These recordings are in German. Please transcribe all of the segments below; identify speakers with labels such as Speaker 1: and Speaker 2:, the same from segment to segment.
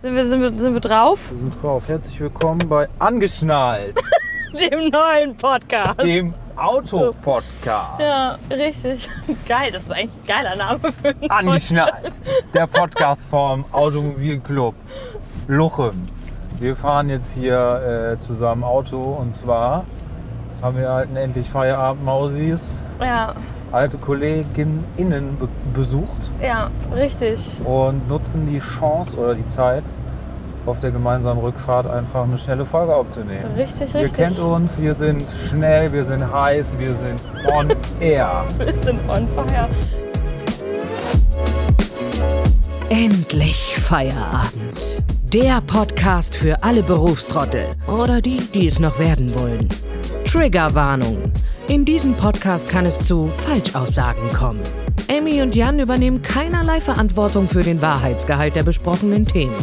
Speaker 1: Sind wir, sind wir, sind wir drauf?
Speaker 2: Wir sind drauf. Herzlich willkommen bei Angeschnallt,
Speaker 1: Dem neuen Podcast.
Speaker 2: dem Autopodcast.
Speaker 1: Ja, richtig. Geil, das ist eigentlich ein geiler Name für einen
Speaker 2: Angeschnallt, der Podcast vom Automobilclub Luchem. Wir fahren jetzt hier äh, zusammen Auto und zwar haben wir halt endlich Feierabend Mausis,
Speaker 1: Pod- Ja,
Speaker 2: alte KollegInnen be besucht
Speaker 1: ja, richtig.
Speaker 2: und nutzen die Chance oder die Zeit auf der gemeinsamen Rückfahrt einfach eine schnelle Folge aufzunehmen.
Speaker 1: Richtig,
Speaker 2: Ihr
Speaker 1: richtig.
Speaker 2: kennt uns, wir sind schnell, wir sind heiß, wir sind on air.
Speaker 1: Wir sind on fire.
Speaker 3: Endlich Feierabend. Der Podcast für alle Berufstrottel oder die, die es noch werden wollen. Triggerwarnung. In diesem Podcast kann es zu Falschaussagen kommen. Amy und Jan übernehmen keinerlei Verantwortung für den Wahrheitsgehalt der besprochenen Themen.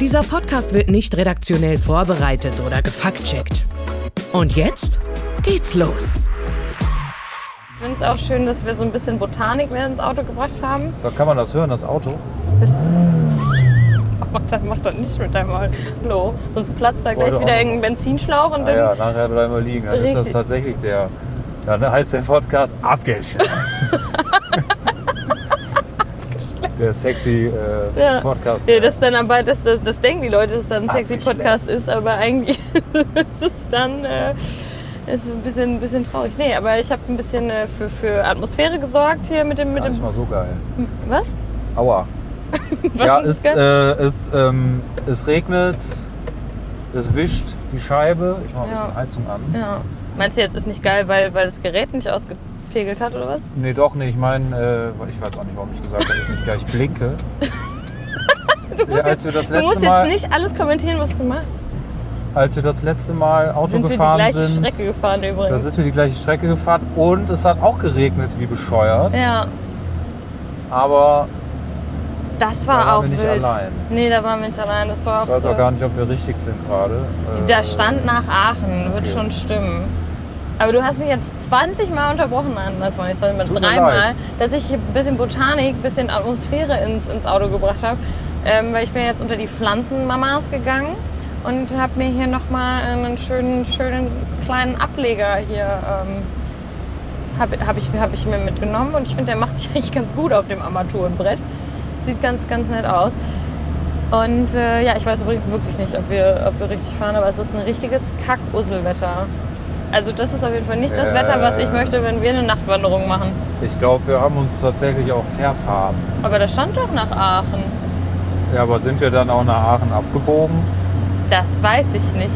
Speaker 3: Dieser Podcast wird nicht redaktionell vorbereitet oder gefaktcheckt. Und jetzt geht's los.
Speaker 1: Ich finde es auch schön, dass wir so ein bisschen Botanik mit ins Auto gebracht haben.
Speaker 2: Da kann man das hören, das Auto.
Speaker 1: Das, oh, das macht doch nicht mit deinem Maul. Hallo. Sonst platzt da gleich
Speaker 2: Wollte
Speaker 1: wieder
Speaker 2: auch.
Speaker 1: irgendein Benzinschlauch und
Speaker 2: Ah
Speaker 1: dann.
Speaker 2: ja, nachher bleiben wir liegen. Dann ist das
Speaker 1: Richtig.
Speaker 2: tatsächlich der. Dann heißt der Podcast abgeschnallt. der sexy äh,
Speaker 1: Ja.
Speaker 2: Podcast.
Speaker 1: Ja, das ist dann aber, das, das, das denken die Leute, dass das dann ein sexy
Speaker 2: Abgeschleppt.
Speaker 1: Podcast ist, aber eigentlich ist es dann äh, ist ein bisschen, ein bisschen traurig. Nee, aber ich habe ein bisschen äh, für, für Atmosphäre gesorgt hier mit dem. Mit
Speaker 2: Gar nicht
Speaker 1: dem
Speaker 2: mal so geil.
Speaker 1: was?
Speaker 2: Aua.
Speaker 1: was
Speaker 2: ja,
Speaker 1: ist
Speaker 2: es,
Speaker 1: das?
Speaker 2: äh, es, ähm, es regnet, es wischt die Scheibe. Ich mache ein
Speaker 1: Ja.
Speaker 2: bisschen Heizung an.
Speaker 1: ja. Meinst du jetzt ist nicht geil, weil, weil das Gerät nicht ausgepegelt hat oder was?
Speaker 2: Nee, doch nicht. Ich meine, äh, ich weiß auch nicht, warum ich gesagt habe, dass ich gleich blinke.
Speaker 1: Du musst, jetzt,
Speaker 2: als wir das
Speaker 1: du musst
Speaker 2: letzte
Speaker 1: jetzt
Speaker 2: Mal,
Speaker 1: nicht alles kommentieren, was du machst.
Speaker 2: als wir das letzte Mal Auto
Speaker 1: Sind wir die
Speaker 2: gefahren
Speaker 1: gleiche
Speaker 2: sind,
Speaker 1: Strecke gefahren
Speaker 2: da
Speaker 1: übrigens.
Speaker 2: sind wir die gleiche Strecke gefahren und es hat auch geregnet wie bescheuert.
Speaker 1: ja,
Speaker 2: Aber
Speaker 1: das
Speaker 2: da
Speaker 1: war
Speaker 2: waren
Speaker 1: auch
Speaker 2: wir nicht
Speaker 1: wild.
Speaker 2: allein.
Speaker 1: Nee, da waren wir nicht allein. Das war
Speaker 2: Ich weiß
Speaker 1: so-
Speaker 2: auch gar nicht, ob wir richtig sind gerade. Äh,
Speaker 1: Der Stand nach Aachen wird
Speaker 2: Okay.
Speaker 1: schon stimmen. Aber du hast mich jetzt 20 Mal unterbrochen, nein, das war nicht 20 Mal,
Speaker 2: Tut mir
Speaker 1: dreimal,
Speaker 2: leid.
Speaker 1: dass ich hier ein bisschen Botanik, ein bisschen Atmosphäre ins, ins Auto gebracht habe. Ähm, weil ich bin jetzt unter die Pflanzenmamas gegangen und habe mir hier nochmal einen schönen, schönen kleinen Ableger hier ähm, habe hab ich, hab ich mir mitgenommen und ich finde, der macht sich eigentlich ganz gut auf dem Armaturenbrett. Sieht ganz, ganz nett aus. Und äh, ja, ich weiß übrigens wirklich nicht, ob wir, ob wir richtig fahren, aber es ist ein richtiges Kack-Usselwetter. Also das ist auf jeden Fall nicht das
Speaker 2: Ja.
Speaker 1: Wetter, was ich möchte, wenn wir eine Nachtwanderung machen.
Speaker 2: Ich glaube, wir haben uns tatsächlich auch verfahren.
Speaker 1: Aber da stand doch nach Aachen.
Speaker 2: Ja, aber sind wir dann auch nach Aachen abgebogen?
Speaker 1: Das weiß ich nicht,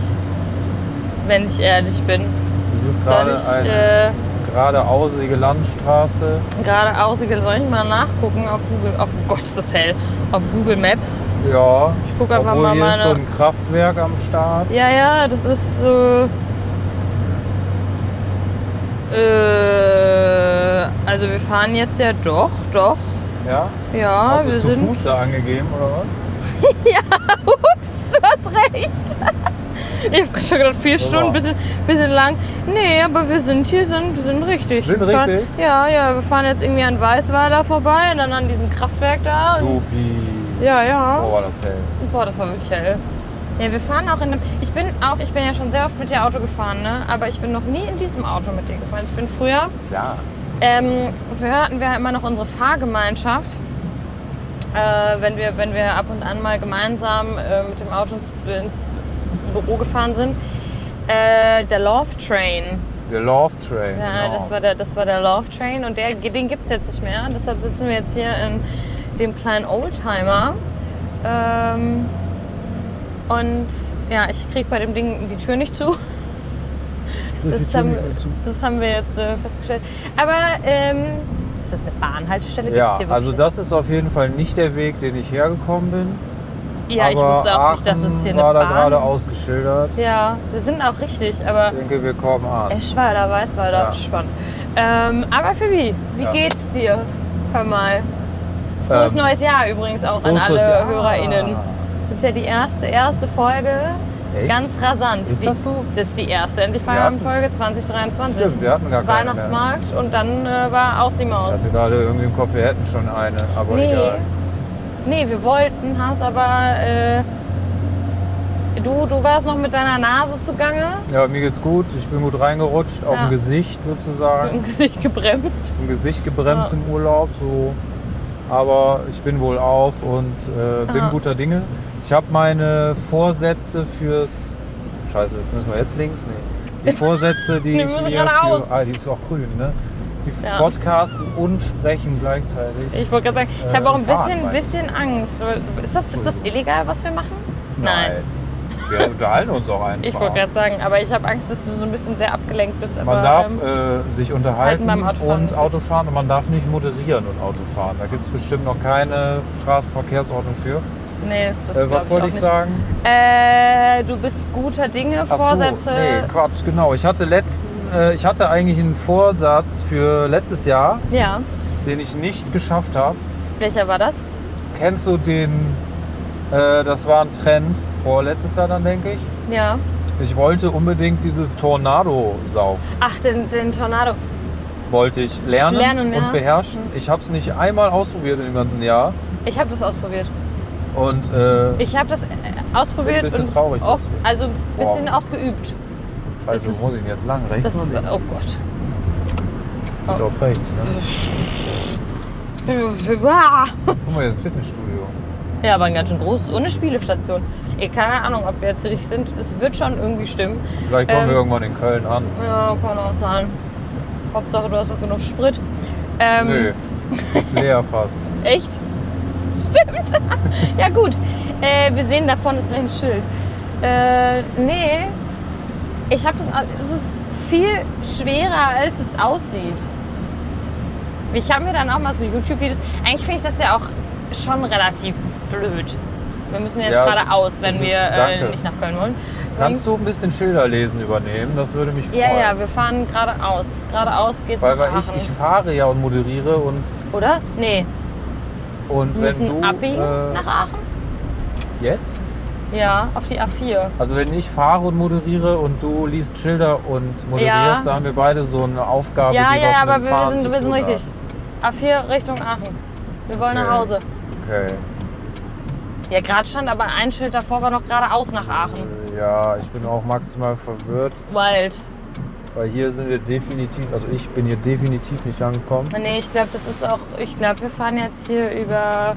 Speaker 1: wenn ich ehrlich bin.
Speaker 2: Es ist
Speaker 1: Soll
Speaker 2: gerade
Speaker 1: ich
Speaker 2: eine
Speaker 1: äh,
Speaker 2: geradeausige Landstraße.
Speaker 1: gerade aussehen, soll ich mal nachgucken auf Google, auf Gott, ist das hell, auf Google Maps.
Speaker 2: Ja,
Speaker 1: Ich guck einfach mal
Speaker 2: obwohl hier ist so
Speaker 1: meine-
Speaker 2: ein Kraftwerk am Start.
Speaker 1: Ja, ja, das ist so. Äh, also wir fahren jetzt ja doch, doch.
Speaker 2: Ja?
Speaker 1: Ja,
Speaker 2: Hast du
Speaker 1: Ah, wir
Speaker 2: zu
Speaker 1: sind.
Speaker 2: Fuß da angegeben oder was?
Speaker 1: Ups, du hast recht. Ich hab schon gedacht, vier
Speaker 2: So
Speaker 1: Stunden,
Speaker 2: war.
Speaker 1: bisschen, bisschen lang. Nee, aber wir sind hier, sind, sind richtig.
Speaker 2: Sind
Speaker 1: wir fahren,
Speaker 2: richtig?
Speaker 1: Ja, ja, wir fahren jetzt irgendwie an Weißweiler vorbei und dann an diesem Kraftwerk da. Und,
Speaker 2: Supi.
Speaker 1: ja, ja.
Speaker 2: Oh, war das hell.
Speaker 1: Boah, das war wirklich hell. Ja, wir fahren auch in einem. Ich bin auch, ich bin ja schon sehr oft mit dir Auto gefahren, ne? Aber ich bin noch nie in diesem Auto mit dir gefahren. Ich bin früher.
Speaker 2: Klar.
Speaker 1: Ähm, früher hatten wir ja immer noch unsere Fahrgemeinschaft. Äh, wenn, wir, wenn wir ab und an mal gemeinsam äh, mit dem Auto ins, ins Büro gefahren sind. Äh, der Love Train.
Speaker 2: Der Love Train.
Speaker 1: Ja,
Speaker 2: genau.
Speaker 1: das war der, das war der Love Train und der, den gibt es jetzt nicht mehr. Deshalb sitzen wir jetzt hier in dem kleinen Oldtimer. Ähm, und ja, ich krieg bei dem Ding die Tür nicht zu. Das haben, das haben wir jetzt äh, festgestellt. Aber ähm, ist das eine Bahnhaltestelle? Gibt's
Speaker 2: ja,
Speaker 1: hier wirklich
Speaker 2: also das ist auf jeden Fall nicht der Weg, den ich hergekommen bin.
Speaker 1: ja, ich
Speaker 2: aber
Speaker 1: wusste auch
Speaker 2: Aachen
Speaker 1: nicht, dass es hier eine
Speaker 2: war da
Speaker 1: Bahn
Speaker 2: gerade ausgeschildert.
Speaker 1: Ja, wir sind auch richtig, aber
Speaker 2: Ich denke, wir kommen an.
Speaker 1: Eschweiler, Weißweiler,
Speaker 2: Ja.
Speaker 1: spannend. Ähm, aber für wie? Wie
Speaker 2: Ja.
Speaker 1: geht's dir? Hör mal. Frohes
Speaker 2: Ähm,
Speaker 1: neues Jahr übrigens auch an
Speaker 2: Prost,
Speaker 1: alle
Speaker 2: das- Ah,
Speaker 1: HörerInnen. Das ist ja die erste, erste Folge.
Speaker 2: Echt?
Speaker 1: Ganz rasant.
Speaker 2: Ist
Speaker 1: die,
Speaker 2: das so?
Speaker 1: Das ist die erste Endlich-Feierabend-Folge 2023.
Speaker 2: Stimmt, wir hatten gar keine.
Speaker 1: Weihnachtsmarkt und dann äh, war aus die
Speaker 2: Mehr.
Speaker 1: Maus.
Speaker 2: Ich hatte gerade irgendwie im Kopf, wir hätten schon eine, aber
Speaker 1: Nee.
Speaker 2: egal.
Speaker 1: Nee, wir wollten, haben es aber äh, Du, du warst noch mit deiner Nase zugange,
Speaker 2: Ja, mir geht's gut. Ich bin gut reingerutscht, auf
Speaker 1: Ja.
Speaker 2: dem Gesicht
Speaker 1: mit
Speaker 2: sozusagen.
Speaker 1: dem Gesicht gebremst.
Speaker 2: Im Gesicht gebremst
Speaker 1: Ja.
Speaker 2: im Urlaub. So. Aber ich bin wohl auf und äh, bin
Speaker 1: Ja.
Speaker 2: guter Dinge. Ich habe meine Vorsätze fürs. Scheiße, müssen wir jetzt links? Nee. Die Vorsätze, die
Speaker 1: Nee,
Speaker 2: ich
Speaker 1: wir müssen
Speaker 2: mir
Speaker 1: geradeaus.
Speaker 2: für. Ah, die ist auch grün, ne? Die
Speaker 1: Ja.
Speaker 2: podcasten und sprechen gleichzeitig.
Speaker 1: Ich wollte gerade sagen, ich
Speaker 2: Äh,
Speaker 1: habe auch ein
Speaker 2: Fahrrad
Speaker 1: bisschen,
Speaker 2: meine ich.
Speaker 1: bisschen Angst. weil- Ist das, ist das illegal, was wir machen?
Speaker 2: Wir unterhalten uns auch einfach.
Speaker 1: Ich wollte gerade sagen, aber ich habe Angst, dass du so ein bisschen sehr abgelenkt bist. Aber,
Speaker 2: Man darf
Speaker 1: ähm,
Speaker 2: äh, sich unterhalten
Speaker 1: beim Autofahren ist
Speaker 2: und
Speaker 1: es-
Speaker 2: Autofahren und man darf nicht moderieren und Autofahren. Da gibt es bestimmt noch keine Straßenverkehrsordnung für.
Speaker 1: nee, das
Speaker 2: Äh,
Speaker 1: glaub
Speaker 2: was wollte ich,
Speaker 1: auch nicht.
Speaker 2: sagen?
Speaker 1: Äh, du bist guter Dinge,
Speaker 2: Ach so,
Speaker 1: Vorsätze.
Speaker 2: Nee, Quatsch, genau. Ich hatte letzten, äh, ich hatte eigentlich einen Vorsatz für letztes Jahr,
Speaker 1: ja,
Speaker 2: den ich nicht geschafft habe.
Speaker 1: welcher war das?
Speaker 2: Kennst du den? Äh, das war ein Trend vor letztes Jahr dann denke ich.
Speaker 1: Ja.
Speaker 2: Ich wollte unbedingt dieses Tornado saufen.
Speaker 1: Ach, den, den Tornado.
Speaker 2: wollte ich lernen,
Speaker 1: Lernen, ja.
Speaker 2: und beherrschen. Ich habe es nicht einmal ausprobiert in dem ganzen Jahr
Speaker 1: Ich habe das ausprobiert.
Speaker 2: und äh,
Speaker 1: Ich habe das äh, ausprobiert
Speaker 2: Bin ein bisschen
Speaker 1: und
Speaker 2: traurig,
Speaker 1: oft,
Speaker 2: dass-
Speaker 1: also ein bisschen
Speaker 2: Boah.
Speaker 1: auch geübt.
Speaker 2: scheiße,
Speaker 1: das
Speaker 2: wo muss
Speaker 1: ist-
Speaker 2: ich denn jetzt lang? Rechts
Speaker 1: Das,
Speaker 2: oder links?
Speaker 1: oh Gott.
Speaker 2: Ich glaub, rechts, ne? Guck mal, hier ein Fitnessstudio.
Speaker 1: Ja, aber ein ganz schön großes, ohne Spielestation. Ey, keine Ahnung, ob wir jetzt richtig sind. Es wird schon irgendwie stimmen.
Speaker 2: Vielleicht kommen
Speaker 1: Ähm.
Speaker 2: wir irgendwann in Köln an.
Speaker 1: Ja, kann auch sein. Hauptsache, du hast noch genug Sprit. Ähm,
Speaker 2: Nö, ist leer fast.
Speaker 1: Echt? Stimmt. ja gut. Äh, wir sehen davon ist gleich ein Schild. Äh, nee. Ich habe das. Es ist viel schwerer, als es aussieht. Ich habe mir dann auch mal so YouTube-Videos. Eigentlich finde ich das ja auch schon relativ blöd. Wir müssen jetzt
Speaker 2: Ja,
Speaker 1: geradeaus,
Speaker 2: das
Speaker 1: wenn
Speaker 2: ist-
Speaker 1: wir äh,
Speaker 2: danke.
Speaker 1: nicht nach Köln wollen.
Speaker 2: Kannst du ein bisschen Schilder lesen übernehmen? Das würde mich freuen.
Speaker 1: Ja, ja, wir fahren geradeaus. Geradeaus geht's
Speaker 2: weil
Speaker 1: nach
Speaker 2: weil
Speaker 1: Aachen.
Speaker 2: ich, ich fahre ja und moderiere und,
Speaker 1: Oder? Nee.
Speaker 2: und
Speaker 1: Wir
Speaker 2: wenn
Speaker 1: müssen
Speaker 2: du
Speaker 1: abbiegen
Speaker 2: äh,
Speaker 1: nach Aachen?
Speaker 2: jetzt,
Speaker 1: Ja, auf die A4.
Speaker 2: also wenn ich fahre und moderiere und du liest Schilder und moderierst,
Speaker 1: Ja.
Speaker 2: da haben wir beide so eine Aufgabe.
Speaker 1: Ja,
Speaker 2: die
Speaker 1: ja,
Speaker 2: was
Speaker 1: ja,
Speaker 2: mit
Speaker 1: aber
Speaker 2: dem
Speaker 1: wir
Speaker 2: Fahren
Speaker 1: sind,
Speaker 2: zu
Speaker 1: wir sind
Speaker 2: tun hat.
Speaker 1: richtig. A4 Richtung Aachen. Wir wollen nach
Speaker 2: Okay.
Speaker 1: Hause.
Speaker 2: Okay.
Speaker 1: Ja, gerade stand aber ein Schild davor, war noch geradeaus nach Aachen.
Speaker 2: Äh, Ja, ich bin auch maximal verwirrt,
Speaker 1: Wild.
Speaker 2: weil hier sind wir definitiv, also ich bin hier definitiv nicht angekommen.
Speaker 1: Nee, ich glaube, das ist auch. Ich glaube, wir fahren jetzt hier über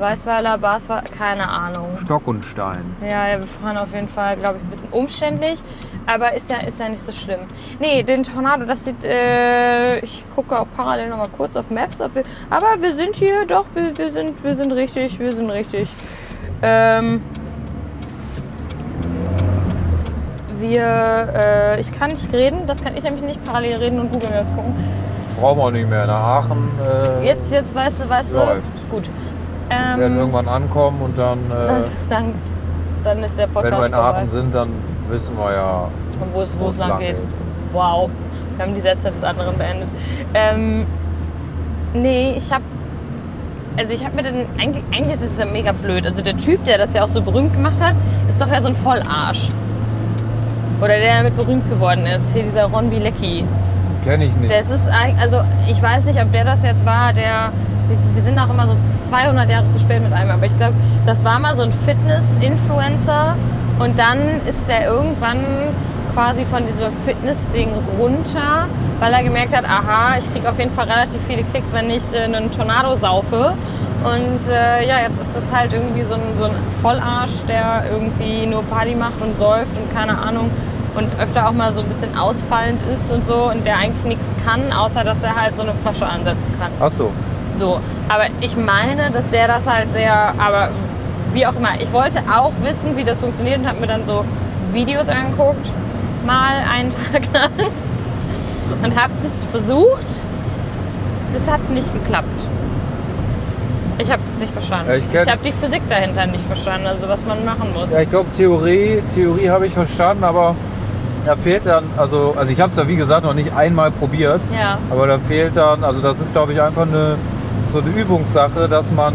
Speaker 1: Weißweiler, Basweiler, keine Ahnung.
Speaker 2: Stock und Stein.
Speaker 1: Ja, ja, wir fahren auf jeden Fall, glaube ich, ein bisschen umständlich. Aber ist ja, ist ja nicht so schlimm. Nee, den Tornado, das sieht. Äh, ich gucke auch parallel nochmal kurz auf Maps. Ob wir, aber wir sind hier, doch, wir, wir, sind, wir sind richtig, wir sind richtig. Ähm, wir. Äh, ich kann nicht reden, das kann ich nämlich nicht parallel reden und Google Maps gucken.
Speaker 2: Brauchen wir auch nicht mehr. Nach Aachen äh,
Speaker 1: Jetzt, jetzt weißt du, weißt du.
Speaker 2: Läuft.
Speaker 1: Gut.
Speaker 2: werden wir
Speaker 1: Ähm,
Speaker 2: irgendwann ankommen und dann, äh,
Speaker 1: dann, dann ist der Podcast
Speaker 2: wenn wir in
Speaker 1: vorbei.
Speaker 2: Aachen sind, dann wissen wir ja,
Speaker 1: Und wo es wo
Speaker 2: wo
Speaker 1: es lang geht. Wow, wir haben die Sätze des anderen beendet. Ähm, nee, ich habe. Also ich habe mir dann. Eigentlich, eigentlich ist es ja mega blöd. Also der Typ, der das ja auch so berühmt gemacht hat, ist doch ja so ein Vollarsch. Oder der damit berühmt geworden ist. Hier dieser Ron Bilecki.
Speaker 2: Kenne ich nicht.
Speaker 1: Das ist eigentlich, also ich weiß nicht, ob der das jetzt war, der, wir sind auch immer so 200 Jahre zu spät mit einem, aber ich glaube, das war mal so ein Fitness-Influencer und dann ist der irgendwann quasi von diesem Fitness-Ding runter, weil er gemerkt hat, aha, ich kriege auf jeden Fall relativ viele Klicks, wenn ich äh, einen Tornado saufe. Und äh, ja, jetzt ist das halt irgendwie so ein, so ein Vollarsch, der irgendwie nur Party macht und säuft und keine Ahnung und öfter auch mal so ein bisschen ausfallend ist und so und der eigentlich nichts kann, außer dass er halt so eine Flasche ansetzen kann.
Speaker 2: Achso,
Speaker 1: So, aber ich meine, dass der das halt sehr, aber wie auch immer. Ich wollte auch wissen, wie das funktioniert und habe mir dann so Videos angeguckt, mal einen Tag lang und habe das versucht. Das hat nicht geklappt. Ich habe es nicht verstanden.
Speaker 2: Ja, ich kenn-
Speaker 1: habe die Physik dahinter nicht verstanden, also was man machen muss.
Speaker 2: Ja, ich glaube, Theorie, Theorie habe ich verstanden, aber da fehlt dann, also, also ich habe es ja wie gesagt noch nicht einmal probiert,
Speaker 1: Ja.
Speaker 2: aber da fehlt dann, also das ist glaube ich einfach eine, so eine Übungssache, dass man,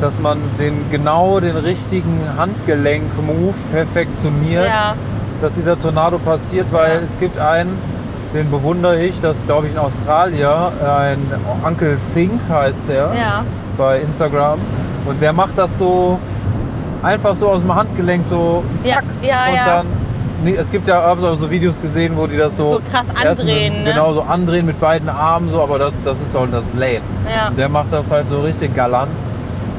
Speaker 2: dass man den genau den richtigen Handgelenk-Move perfektioniert,
Speaker 1: ja.
Speaker 2: dass dieser Tornado passiert, weil
Speaker 1: Ja.
Speaker 2: es gibt einen, den bewundere ich, das glaube ich in Australier, ein Uncle Sink heißt der
Speaker 1: ja.
Speaker 2: bei Instagram. Und der macht das so, Einfach so aus dem Handgelenk so
Speaker 1: Ja,
Speaker 2: zack.
Speaker 1: ja,
Speaker 2: und
Speaker 1: ja.
Speaker 2: dann. Nee, es gibt ja hab ich auch so Videos gesehen, wo die das so.
Speaker 1: So krass
Speaker 2: erst mit-
Speaker 1: andrehen, ne?
Speaker 2: Genau, so andrehen mit beiden Armen, so, aber das, das ist doch das Lane.
Speaker 1: Ja.
Speaker 2: Der macht das halt so richtig galant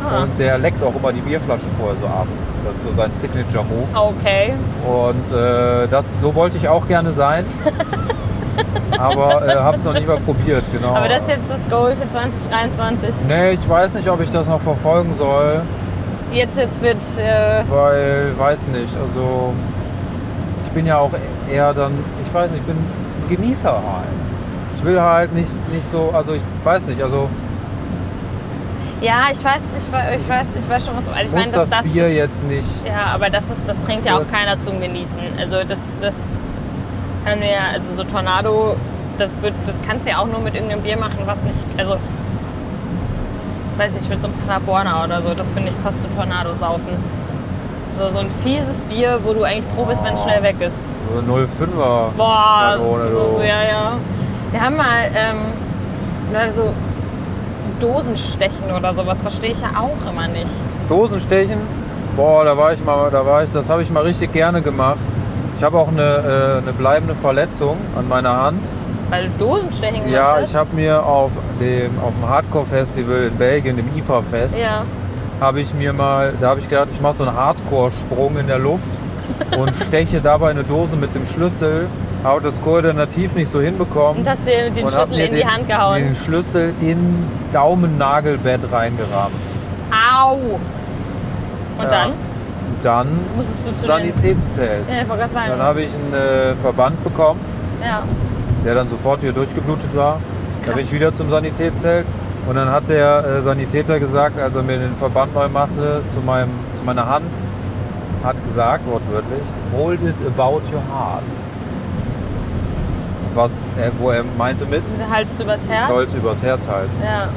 Speaker 1: Ah.
Speaker 2: und der leckt auch immer die Bierflaschen vorher so ab. Das ist so sein Signature-Move.
Speaker 1: Okay.
Speaker 2: Und äh, das, so wollte ich auch gerne sein. aber äh, habe es noch nicht mal probiert, genau.
Speaker 1: Aber das ist jetzt das Goal für 2023.
Speaker 2: Nee, ich weiß nicht, ob ich das noch verfolgen soll,
Speaker 1: Jetzt, jetzt wird. Äh,
Speaker 2: weil, weiß nicht, also ich bin ja auch eher dann, ich weiß nicht, ich bin ein Genießer halt. Ich will halt nicht, nicht so, also ich weiß nicht, also
Speaker 1: ja, ich weiß, ich, we- ich weiß, ich weiß schon was. Also ich
Speaker 2: muss
Speaker 1: meine, dass
Speaker 2: das,
Speaker 1: das,
Speaker 2: Bier
Speaker 1: ist,
Speaker 2: jetzt nicht.
Speaker 1: Ja, aber das ist, das trinkt ja auch
Speaker 2: Gut.
Speaker 1: keiner zum Genießen. Also das, das kann mir, also so Tornado, das wird, das kannst du ja auch nur mit irgendeinem Bier machen, was nicht, also weiß nicht, mit so einem Paderborner oder so, das finde ich passt zu Tornado saufen. So, so ein fieses Bier, wo du eigentlich froh bist, wenn
Speaker 2: Oh.
Speaker 1: es schnell weg ist.
Speaker 2: So 05er.
Speaker 1: Boah,
Speaker 2: Marone,
Speaker 1: so,
Speaker 2: so.
Speaker 1: so, ja, ja. Wir haben mal ähm, na, so Dosenstechen oder sowas, verstehe ich ja auch immer nicht.
Speaker 2: Dosenstechen, boah, da war ich mal, da war ich, das habe ich mal richtig gerne gemacht. Ich habe auch eine, äh, eine bleibende Verletzung an meiner Hand.
Speaker 1: Weil du Dosenstechen gemacht
Speaker 2: Ja,
Speaker 1: hast.
Speaker 2: ich habe mir auf dem, auf dem Hardcore-Festival in Belgien, dem IPA-Fest,
Speaker 1: Ja.
Speaker 2: habe ich mir mal, da habe ich gedacht, ich mache so einen Hardcore-Sprung in der Luft und steche dabei eine Dose mit dem Schlüssel, habe das koordinativ nicht so hinbekommen.
Speaker 1: Und hast dir den
Speaker 2: und hab
Speaker 1: Schlüssel
Speaker 2: mir
Speaker 1: in die
Speaker 2: den-
Speaker 1: Hand gehauen.
Speaker 2: Den Schlüssel ins Daumennagelbett reingerammt.
Speaker 1: Au! Und
Speaker 2: Ja.
Speaker 1: dann
Speaker 2: Und dann
Speaker 1: musstest du zu
Speaker 2: Sanitätszelt.
Speaker 1: den... Ja, ich wollte gerade sagen.
Speaker 2: Dann habe ich einen äh, Verband bekommen,
Speaker 1: ja.
Speaker 2: der dann sofort wieder durchgeblutet war. Da bin ich wieder zum Sanitätszelt. Und dann hat der äh, Sanitäter gesagt, als er mir den Verband neu machte, zu, meinem, zu meiner Hand, hat gesagt, wortwörtlich, hold it about your heart. Was, äh, wo er meinte mit,
Speaker 1: Und dann haltest du übers
Speaker 2: ich
Speaker 1: Herz.
Speaker 2: soll es übers Herz halten.
Speaker 1: ja.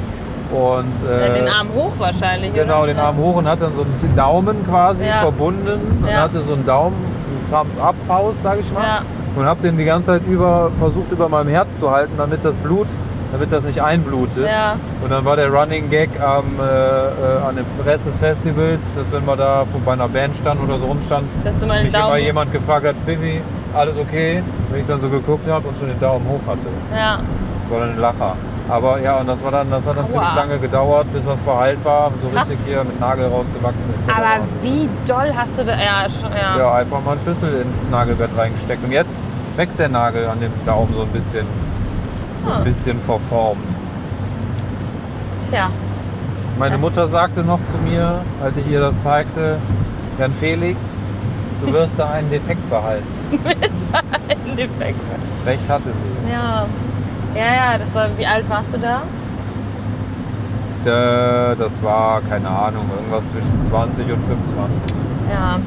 Speaker 2: Und,
Speaker 1: Dann
Speaker 2: äh,
Speaker 1: den Arm hoch wahrscheinlich.
Speaker 2: Genau,
Speaker 1: oder?
Speaker 2: den Arm hoch und hat dann so einen Daumen quasi
Speaker 1: Ja.
Speaker 2: verbunden und
Speaker 1: Ja.
Speaker 2: hatte so einen Daumen, so Thumbs-Up-Faust, sage ich mal.
Speaker 1: Ja.
Speaker 2: Und habe den die ganze Zeit über versucht, über meinem Herz zu halten, damit das Blut, damit das nicht einblutet.
Speaker 1: Ja.
Speaker 2: Und dann war der Running Gag am, äh, äh, an dem Rest des Festivals, dass wenn man da vor- bei einer Band stand oder so rumstand,
Speaker 1: Dass du mal den
Speaker 2: mich immer
Speaker 1: Daumen...
Speaker 2: jemand gefragt hat, Vivi, alles okay? Wenn ich dann so geguckt habe und schon den Daumen hoch hatte.
Speaker 1: ja.
Speaker 2: Das war dann ein Lacher. Aber ja, und das war dann, das hat dann
Speaker 1: Aua.
Speaker 2: ziemlich lange gedauert, bis das verheilt war, so
Speaker 1: Krass.
Speaker 2: richtig hier mit Nagel rausgewachsen etc.
Speaker 1: Aber wie doll hast du da... Ja, schon, ja.
Speaker 2: ja, einfach mal einen Schlüssel ins Nagelbett reingesteckt. Und jetzt wächst der Nagel an dem Daumen so ein bisschen, so
Speaker 1: Ah.
Speaker 2: ein bisschen verformt.
Speaker 1: Tja.
Speaker 2: Meine Mutter sagte noch zu mir, als ich ihr das zeigte, Jan Felix, du wirst da einen Defekt behalten.
Speaker 1: Ein Defekt.
Speaker 2: Recht hatte sie.
Speaker 1: Ja. Ja, ja, das war, wie alt warst du da?
Speaker 2: Dä, Das war, keine Ahnung, irgendwas zwischen 20 und 25.
Speaker 1: Ja.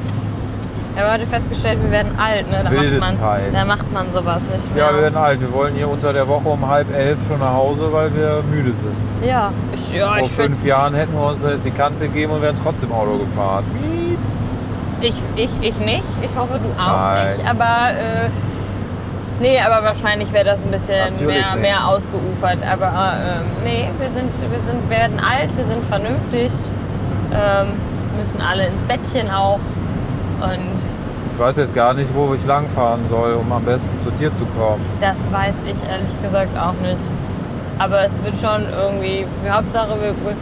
Speaker 1: Wir haben heute festgestellt, wir werden alt, ne? Da
Speaker 2: Wilde
Speaker 1: macht man,
Speaker 2: Zeit.
Speaker 1: Da macht man sowas nicht mehr.
Speaker 2: Ja, wir werden alt. Wir wollen hier unter der Woche um halb elf schon nach Hause, weil wir müde sind.
Speaker 1: Ja, ich, ja,
Speaker 2: Vor
Speaker 1: Ah, ich würde
Speaker 2: fünf Jahren hätten wir uns jetzt die Kante gegeben und wären trotzdem Auto gefahren.
Speaker 1: Ich, ich, ich nicht. Ich hoffe, du auch
Speaker 2: Nein.
Speaker 1: nicht. Aber äh, nee, aber wahrscheinlich wäre das ein bisschen
Speaker 2: Natürlich
Speaker 1: mehr,
Speaker 2: nicht.
Speaker 1: mehr ausgeufert. Aber ähm, nee, wir sind, wir sind, werden alt, wir sind vernünftig, ähm, müssen alle ins Bettchen auch. Und
Speaker 2: Ich weiß jetzt gar nicht, wo ich langfahren soll, um am besten zu dir zu kommen.
Speaker 1: das weiß ich ehrlich gesagt auch nicht. Aber es wird schon irgendwie, Hauptsache wir, wir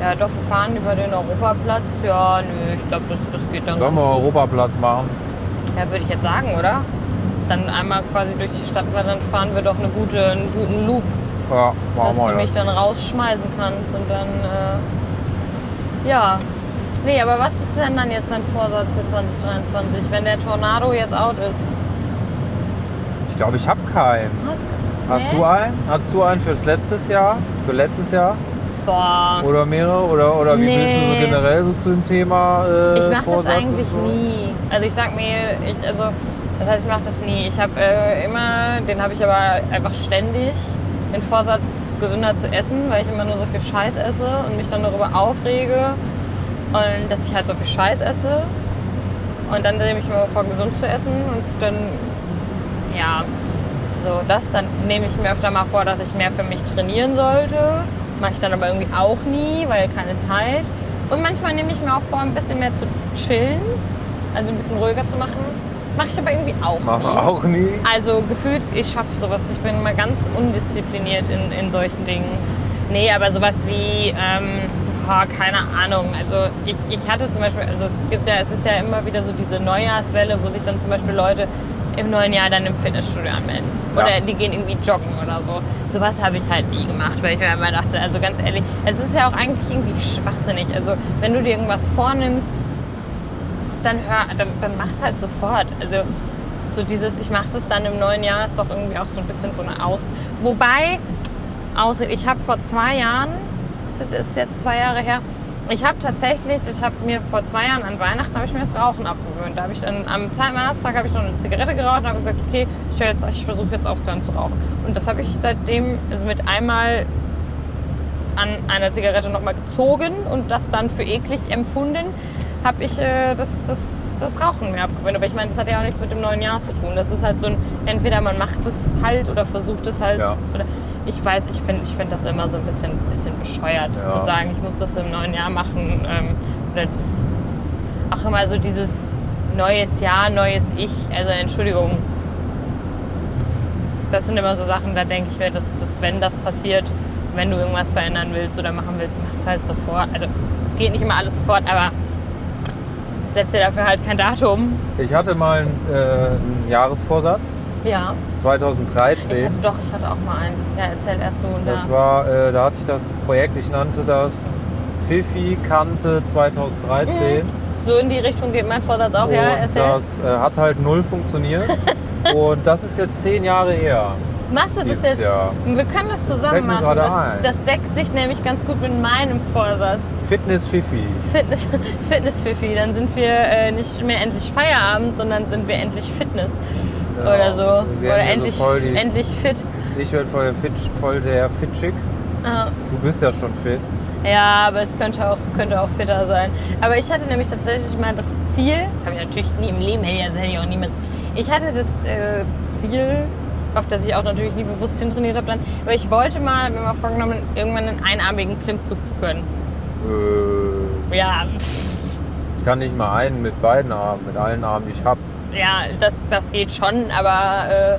Speaker 1: ja doch, wir fahren über den Europaplatz. Ja, nö, ich glaube, das, das geht dann
Speaker 2: Sollen wir
Speaker 1: ganz gut.
Speaker 2: Europaplatz machen?
Speaker 1: Ja, würde ich jetzt sagen, oder? Dann einmal quasi durch die Stadt, weil dann fahren wir doch eine gute, einen guten Loop,
Speaker 2: Ja,
Speaker 1: dass
Speaker 2: machen
Speaker 1: du
Speaker 2: wir
Speaker 1: mich
Speaker 2: das.
Speaker 1: dann rausschmeißen kannst und dann, äh, ja. Nee, aber was ist denn dann jetzt dein Vorsatz für 2023, wenn der Tornado jetzt out ist?
Speaker 2: Ich glaube, ich habe keinen.
Speaker 1: Was?
Speaker 2: Hast
Speaker 1: Hä?
Speaker 2: du einen? Hast du einen fürs letztes Jahr? Für letztes Jahr?
Speaker 1: Boah,
Speaker 2: Oder mehrere? Oder, oder wie
Speaker 1: Nee.
Speaker 2: bist du so generell so zu dem Thema? Äh,
Speaker 1: ich mache das
Speaker 2: Vorsatz und
Speaker 1: eigentlich
Speaker 2: so?
Speaker 1: nie. Also ich sag mir, ich, also, das heißt, ich mache das nie. Ich habe äh, immer, den habe ich aber einfach ständig, den Vorsatz, gesünder zu essen, weil ich immer nur so viel Scheiß esse und mich dann darüber aufrege und dass ich halt so viel Scheiß esse. Und dann nehme ich mir vor, gesund zu essen und dann, ja, so das. Dann nehme ich mir öfter mal vor, dass ich mehr für mich trainieren sollte. Mache ich dann aber irgendwie auch nie, weil keine Zeit. Und manchmal nehme ich mir auch vor, ein bisschen mehr zu chillen, also ein bisschen ruhiger zu machen. Mache ich aber irgendwie auch.
Speaker 2: Machen
Speaker 1: nie.
Speaker 2: wir auch nie.
Speaker 1: Also gefühlt, ich schaffe sowas. Ich bin immer ganz undiszipliniert in, in solchen Dingen. Nee, aber sowas wie, ähm, boah, keine Ahnung. Also ich, ich hatte zum Beispiel, also es gibt ja, es ist ja immer wieder so diese Neujahrswelle, wo sich dann zum Beispiel Leute im neuen Jahr dann im Fitnessstudio anmelden.
Speaker 2: Ja.
Speaker 1: Oder die gehen irgendwie joggen oder so. Sowas habe ich halt nie gemacht, weil ich mir immer dachte, also ganz ehrlich, es ist ja auch eigentlich irgendwie schwachsinnig. Also wenn du dir irgendwas vornimmst, dann hör, dann, dann mach's halt sofort. Also so dieses, ich mache das dann im neuen Jahr, ist doch irgendwie auch so ein bisschen so eine Aus. Wobei, Ausrede, ich habe vor zwei Jahren, das ist jetzt zwei Jahre her, ich habe tatsächlich, ich habe mir vor zwei Jahren an Weihnachten habe ich mir das Rauchen abgewöhnt. Da habe ich dann am zweiten Weihnachtstag habe ich noch eine Zigarette geraucht und habe gesagt, okay, ich, hör jetzt- ich versuche jetzt aufzuhören zu rauchen. Und das habe ich seitdem also mit einmal an einer Zigarette nochmal gezogen und das dann für eklig empfunden, habe ich äh, das, das, das Rauchen mir abgewöhnt. Aber ich meine, das hat ja auch nichts mit dem neuen Jahr zu tun. Das ist halt so ein, entweder man macht es halt oder versucht es halt.
Speaker 2: Ja.
Speaker 1: Oder ich weiß, ich finde ich find das immer so ein bisschen, bisschen bescheuert
Speaker 2: Ja.
Speaker 1: zu sagen, ich muss das im neuen Jahr machen. Ähm, oder das, auch immer so dieses neues Jahr, neues Ich. Also Entschuldigung. Das sind immer so Sachen, da denke ich mir, dass, dass wenn das passiert, wenn du irgendwas verändern willst oder machen willst, mach es halt sofort. Also es geht nicht immer alles sofort, aber setz dir dafür halt kein Datum.
Speaker 2: Ich hatte mal einen, äh, einen Jahresvorsatz,
Speaker 1: Ja. Ich
Speaker 2: 2013.
Speaker 1: hatte doch, ich hatte auch mal einen. Ja, erzähl erst du. Und
Speaker 2: Das
Speaker 1: da-
Speaker 2: war, äh, da hatte ich das Projekt, ich nannte das Fifi Kante 2013.
Speaker 1: so in die Richtung geht mein Vorsatz auch.
Speaker 2: Und
Speaker 1: Mhm. Ja, erzähl.
Speaker 2: das äh, hat halt null funktioniert. und das ist jetzt zehn Jahre her.
Speaker 1: Machst du das
Speaker 2: dieses
Speaker 1: jetzt?
Speaker 2: Jahr.
Speaker 1: Wir können das
Speaker 2: fällt
Speaker 1: zusammen
Speaker 2: mir
Speaker 1: machen.
Speaker 2: gerade
Speaker 1: Das,
Speaker 2: ein.
Speaker 1: das deckt sich nämlich ganz gut mit meinem Vorsatz.
Speaker 2: Fitness Fifi.
Speaker 1: Fitness, Fitness Fifi. Dann sind wir äh, nicht mehr endlich Feierabend, sondern sind wir endlich Fitness.
Speaker 2: Ja,
Speaker 1: oder so.
Speaker 2: Genau. wir
Speaker 1: Oder
Speaker 2: werden ja so
Speaker 1: endlich,
Speaker 2: voll die-
Speaker 1: endlich fit.
Speaker 2: Ich werde voll der Fit, voll der Fit-Schick.
Speaker 1: Ah,
Speaker 2: Du bist ja schon fit.
Speaker 1: Ja, aber es könnte auch, könnte auch fitter sein. Aber ich hatte nämlich tatsächlich mal das Ziel, habe ich natürlich nie im Leben, hätte ich- das hätte ich auch niemals. Ich hatte das äh, Ziel, auf das ich auch natürlich nie bewusst hintrainiert habe, dann, aber ich wollte mal, wenn man vorgenommen, irgendwann einen einarmigen Klimmzug zu können.
Speaker 2: Äh,
Speaker 1: Ja,
Speaker 2: ich kann nicht mal einen mit beiden Armen, mit allen Armen, die ich habe.
Speaker 1: ja, das, das geht schon, aber äh,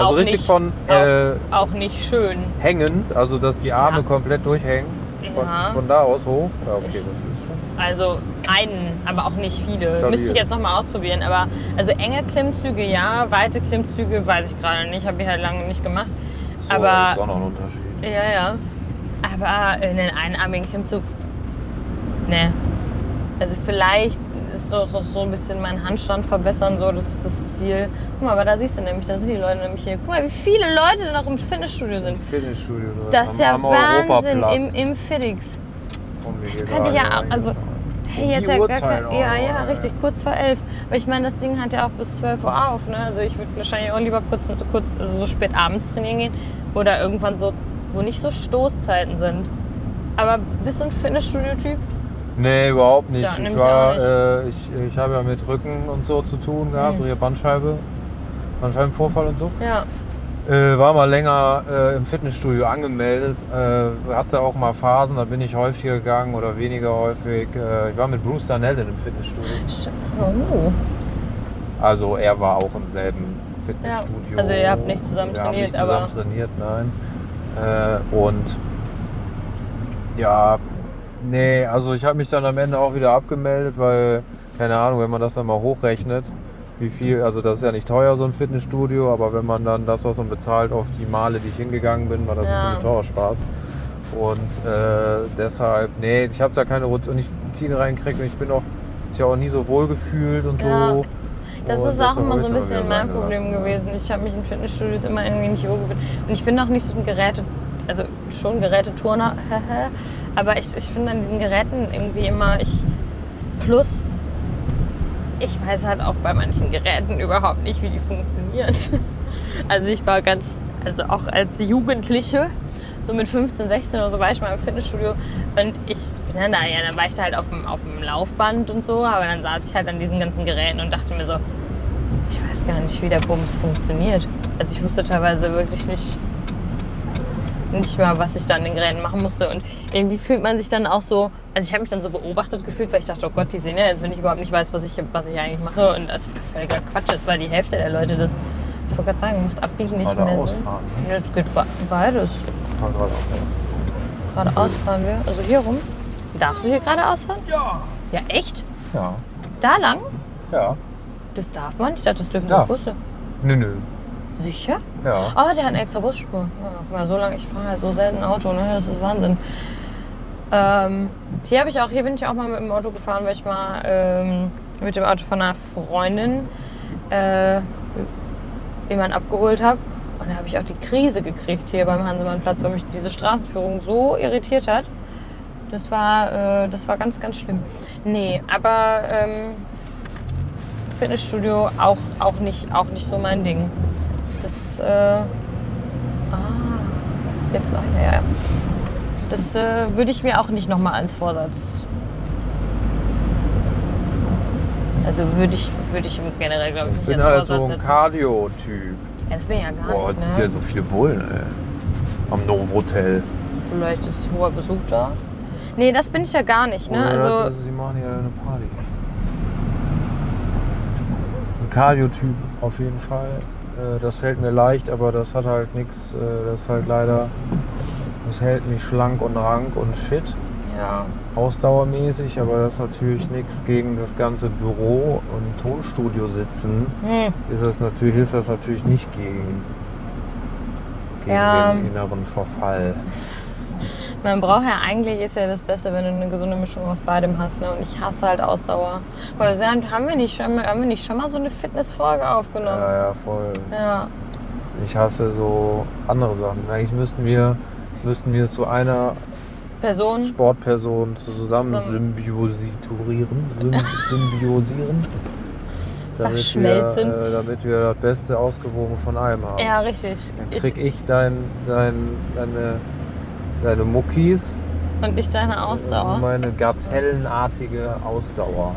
Speaker 2: Also
Speaker 1: auch
Speaker 2: richtig
Speaker 1: nicht,
Speaker 2: von äh,
Speaker 1: auch, auch nicht schön.
Speaker 2: hängend, also dass die Arme
Speaker 1: Ja.
Speaker 2: komplett durchhängen. Von,
Speaker 1: Ja.
Speaker 2: von da aus hoch. Ja, okay,
Speaker 1: Ich-
Speaker 2: das ist schon.
Speaker 1: Also einen, aber auch nicht viele.
Speaker 2: Stabil.
Speaker 1: Müsste ich jetzt nochmal ausprobieren. Aber also enge Klimmzüge ja, weite Klimmzüge weiß ich gerade nicht. Habe ich halt lange nicht gemacht.
Speaker 2: So,
Speaker 1: Aber-
Speaker 2: ist auch noch ein Unterschied.
Speaker 1: Ja, ja. Aber in den einarmigen Klimmzug. Ne. Also vielleicht ist doch noch so ein bisschen mein Handstand verbessern, so das, das Ziel. Guck mal, aber da siehst du nämlich, da sind die Leute nämlich hier. Guck mal, wie viele Leute noch im Fitnessstudio sind.
Speaker 2: Fitnessstudio. drin,
Speaker 1: Das ist ja
Speaker 2: am
Speaker 1: Wahnsinn
Speaker 2: Europaplatz.
Speaker 1: im, im Fiddix.
Speaker 2: Kommen wir
Speaker 1: Das
Speaker 2: hier
Speaker 1: könnte
Speaker 2: gerade
Speaker 1: ja auch,
Speaker 2: rein.
Speaker 1: also hey, jetzt
Speaker 2: Die
Speaker 1: ja gar
Speaker 2: Uhrzeit oh.
Speaker 1: kein,
Speaker 2: auch
Speaker 1: ja,
Speaker 2: noch,
Speaker 1: ja,
Speaker 2: ey.
Speaker 1: richtig, kurz vor elf. Aber ich meine, das Ding hat ja auch bis 12 Uhr auf, ne? Also ich würde wahrscheinlich auch lieber kurz, kurz also so spät abends trainieren gehen oder irgendwann so, wo nicht so Stoßzeiten sind. Aber bist du ein Fitnessstudio-Typ?
Speaker 2: Nee, überhaupt nicht.
Speaker 1: Ja,
Speaker 2: ich
Speaker 1: nämlich
Speaker 2: war,
Speaker 1: auch nicht.
Speaker 2: Äh, ich, ich habe ja mit Rücken und so zu tun gehabt,
Speaker 1: Mhm.
Speaker 2: hier Bandscheibe, Bandscheibenvorfall und so.
Speaker 1: Ja.
Speaker 2: Äh, war mal länger äh, im Fitnessstudio angemeldet, äh, hatte auch mal Phasen, da bin ich häufiger gegangen oder weniger häufig. Äh, ich war mit Bruce Darnell in einem Fitnessstudio.
Speaker 1: Sch- Oh.
Speaker 2: Also er war auch im selben Fitnessstudio.
Speaker 1: Ja, also ihr habt nicht zusammen
Speaker 2: Wir haben nicht
Speaker 1: trainiert, aber-
Speaker 2: zusammen trainiert, nein. Äh, und ja, nee, also ich habe mich dann am Ende auch wieder abgemeldet, weil, keine Ahnung, wenn man das dann mal hochrechnet, wie viel, also das ist ja nicht teuer, so ein Fitnessstudio, aber wenn man dann das, was man bezahlt, auf die Male, die ich hingegangen bin, war das ein
Speaker 1: Ja.
Speaker 2: ziemlich teurer Spaß. Und äh, deshalb, nee, ich habe da keine Routine reingekriegt und ich bin auch, ich habe auch nie so wohl gefühlt und
Speaker 1: Ja.
Speaker 2: so.
Speaker 1: Oh, Das
Speaker 2: Und
Speaker 1: ist auch
Speaker 2: deshalb
Speaker 1: immer so ein
Speaker 2: hab ich's dann
Speaker 1: bisschen
Speaker 2: wieder
Speaker 1: mein
Speaker 2: sein
Speaker 1: Problem
Speaker 2: gelassen, ja.
Speaker 1: gewesen. Ich habe mich in Fitnessstudios immer irgendwie nicht wohlgefühlt. Und ich bin noch nicht so ein Geräte, also schon Geräteturner, aber ich, ich finde an den Geräten irgendwie immer, ich, plus, ich weiß halt auch bei manchen Geräten überhaupt nicht, wie die funktionieren. Also ich war ganz, also auch als Jugendliche, so mit 15, 16 oder so war ich mal im Fitnessstudio und ich bin dann da, ja, dann war ich da halt auf dem, auf dem Laufband und so, aber dann saß ich halt an diesen ganzen Geräten und dachte mir so, ich weiß gar nicht, wie der Bums funktioniert. Also ich wusste teilweise wirklich nicht, nicht mehr, was ich dann in den Geräten machen musste. Und irgendwie fühlt man sich dann auch so, also ich habe mich dann so beobachtet gefühlt, weil ich dachte, oh Gott, die sehen ja jetzt, wenn ich überhaupt nicht weiß, was ich, was ich eigentlich mache. Und das völliger Quatsch ist, weil die Hälfte der Leute das, ich wollte gerade sagen, macht abbiegen nicht
Speaker 2: Gerade
Speaker 1: mehr
Speaker 2: ausfahren, ne?
Speaker 1: Sinn. Ja, Das geht be- beides.
Speaker 2: Fahr gerade auf. Mhm.
Speaker 1: Geradeaus fahren wir, also hier rum. Darfst du hier geradeaus fahren? Ja. Ja, echt?
Speaker 2: Ja,
Speaker 1: Da lang?
Speaker 2: ja.
Speaker 1: Das darf man? Ich dachte, das dürfen
Speaker 2: Ja.
Speaker 1: nur Busse.
Speaker 2: Nö, nö.
Speaker 1: Sicher?
Speaker 2: Ja.
Speaker 1: Oh, der hat eine extra Busspur. Ja, guck mal, so lange, ich fahre halt so selten Auto, ne? Das ist Wahnsinn. Ähm, hier habe ich auch, hier bin ich auch mal mit dem Auto gefahren, weil ich mal ähm, mit dem Auto von einer Freundin äh, jemanden abgeholt habe. Und da habe ich auch die Krise gekriegt hier beim Hansemannplatz, weil mich diese Straßenführung so irritiert hat. Das war, äh, das war ganz, ganz schlimm. Nee, aber ähm, Fitnessstudio auch, auch, nicht, auch nicht so mein Ding. Das, äh, ah, jetzt, ah, ja, ja. Das äh, würde ich mir auch nicht nochmal als Vorsatz. Also würde ich, würde ich generell, glaube ich,
Speaker 2: Ich
Speaker 1: nicht
Speaker 2: bin
Speaker 1: als
Speaker 2: halt
Speaker 1: Vorsatz
Speaker 2: so ein
Speaker 1: setzen.
Speaker 2: Cardio-Typ.
Speaker 1: Ja, Das bin ich ja gar
Speaker 2: Boah, jetzt
Speaker 1: nicht.
Speaker 2: sind
Speaker 1: Ne?
Speaker 2: hier so viele Bullen, ey. Am Novotel.
Speaker 1: Vielleicht ist hoher Besuch da. Nee, das bin ich ja gar nicht. Ne? Also,
Speaker 2: sie machen hier eine Party. Ein Cardio-Typ auf jeden Fall. Äh, Das fällt mir leicht, aber das hat halt nichts. Das ist halt leider. Das hält mich schlank und rank und fit.
Speaker 1: ja.
Speaker 2: Ausdauermäßig, aber das ist natürlich nichts gegen das ganze Büro und Tonstudio sitzen.
Speaker 1: Hm.
Speaker 2: Ist das natürlich, hilft das natürlich nicht gegen, gegen
Speaker 1: Ja.
Speaker 2: den inneren Verfall.
Speaker 1: Man braucht ja eigentlich, ist ja das Beste, wenn du eine gesunde Mischung aus beidem hast. Ne? Und ich hasse halt Ausdauer. Weil wir sind, haben wir nicht schon mal, haben wir nicht schon mal so eine Fitnessfolge aufgenommen?
Speaker 2: Ja, ja, voll.
Speaker 1: Ja.
Speaker 2: Ich hasse so andere Sachen. Eigentlich müssten wir, müssten wir zu einer
Speaker 1: Person.
Speaker 2: Sportperson zusammen
Speaker 1: Zusammen.
Speaker 2: symbiositurieren. Symb symbiosieren. Damit wir,
Speaker 1: schmelzen.
Speaker 2: äh, damit wir das Beste ausgewogen von allem haben.
Speaker 1: Ja, richtig.
Speaker 2: Dann
Speaker 1: Ich,
Speaker 2: krieg ich dein, dein, deine, deine Muckis
Speaker 1: und ich deine
Speaker 2: und
Speaker 1: Ausdauer.
Speaker 2: meine gazellenartige Ausdauer.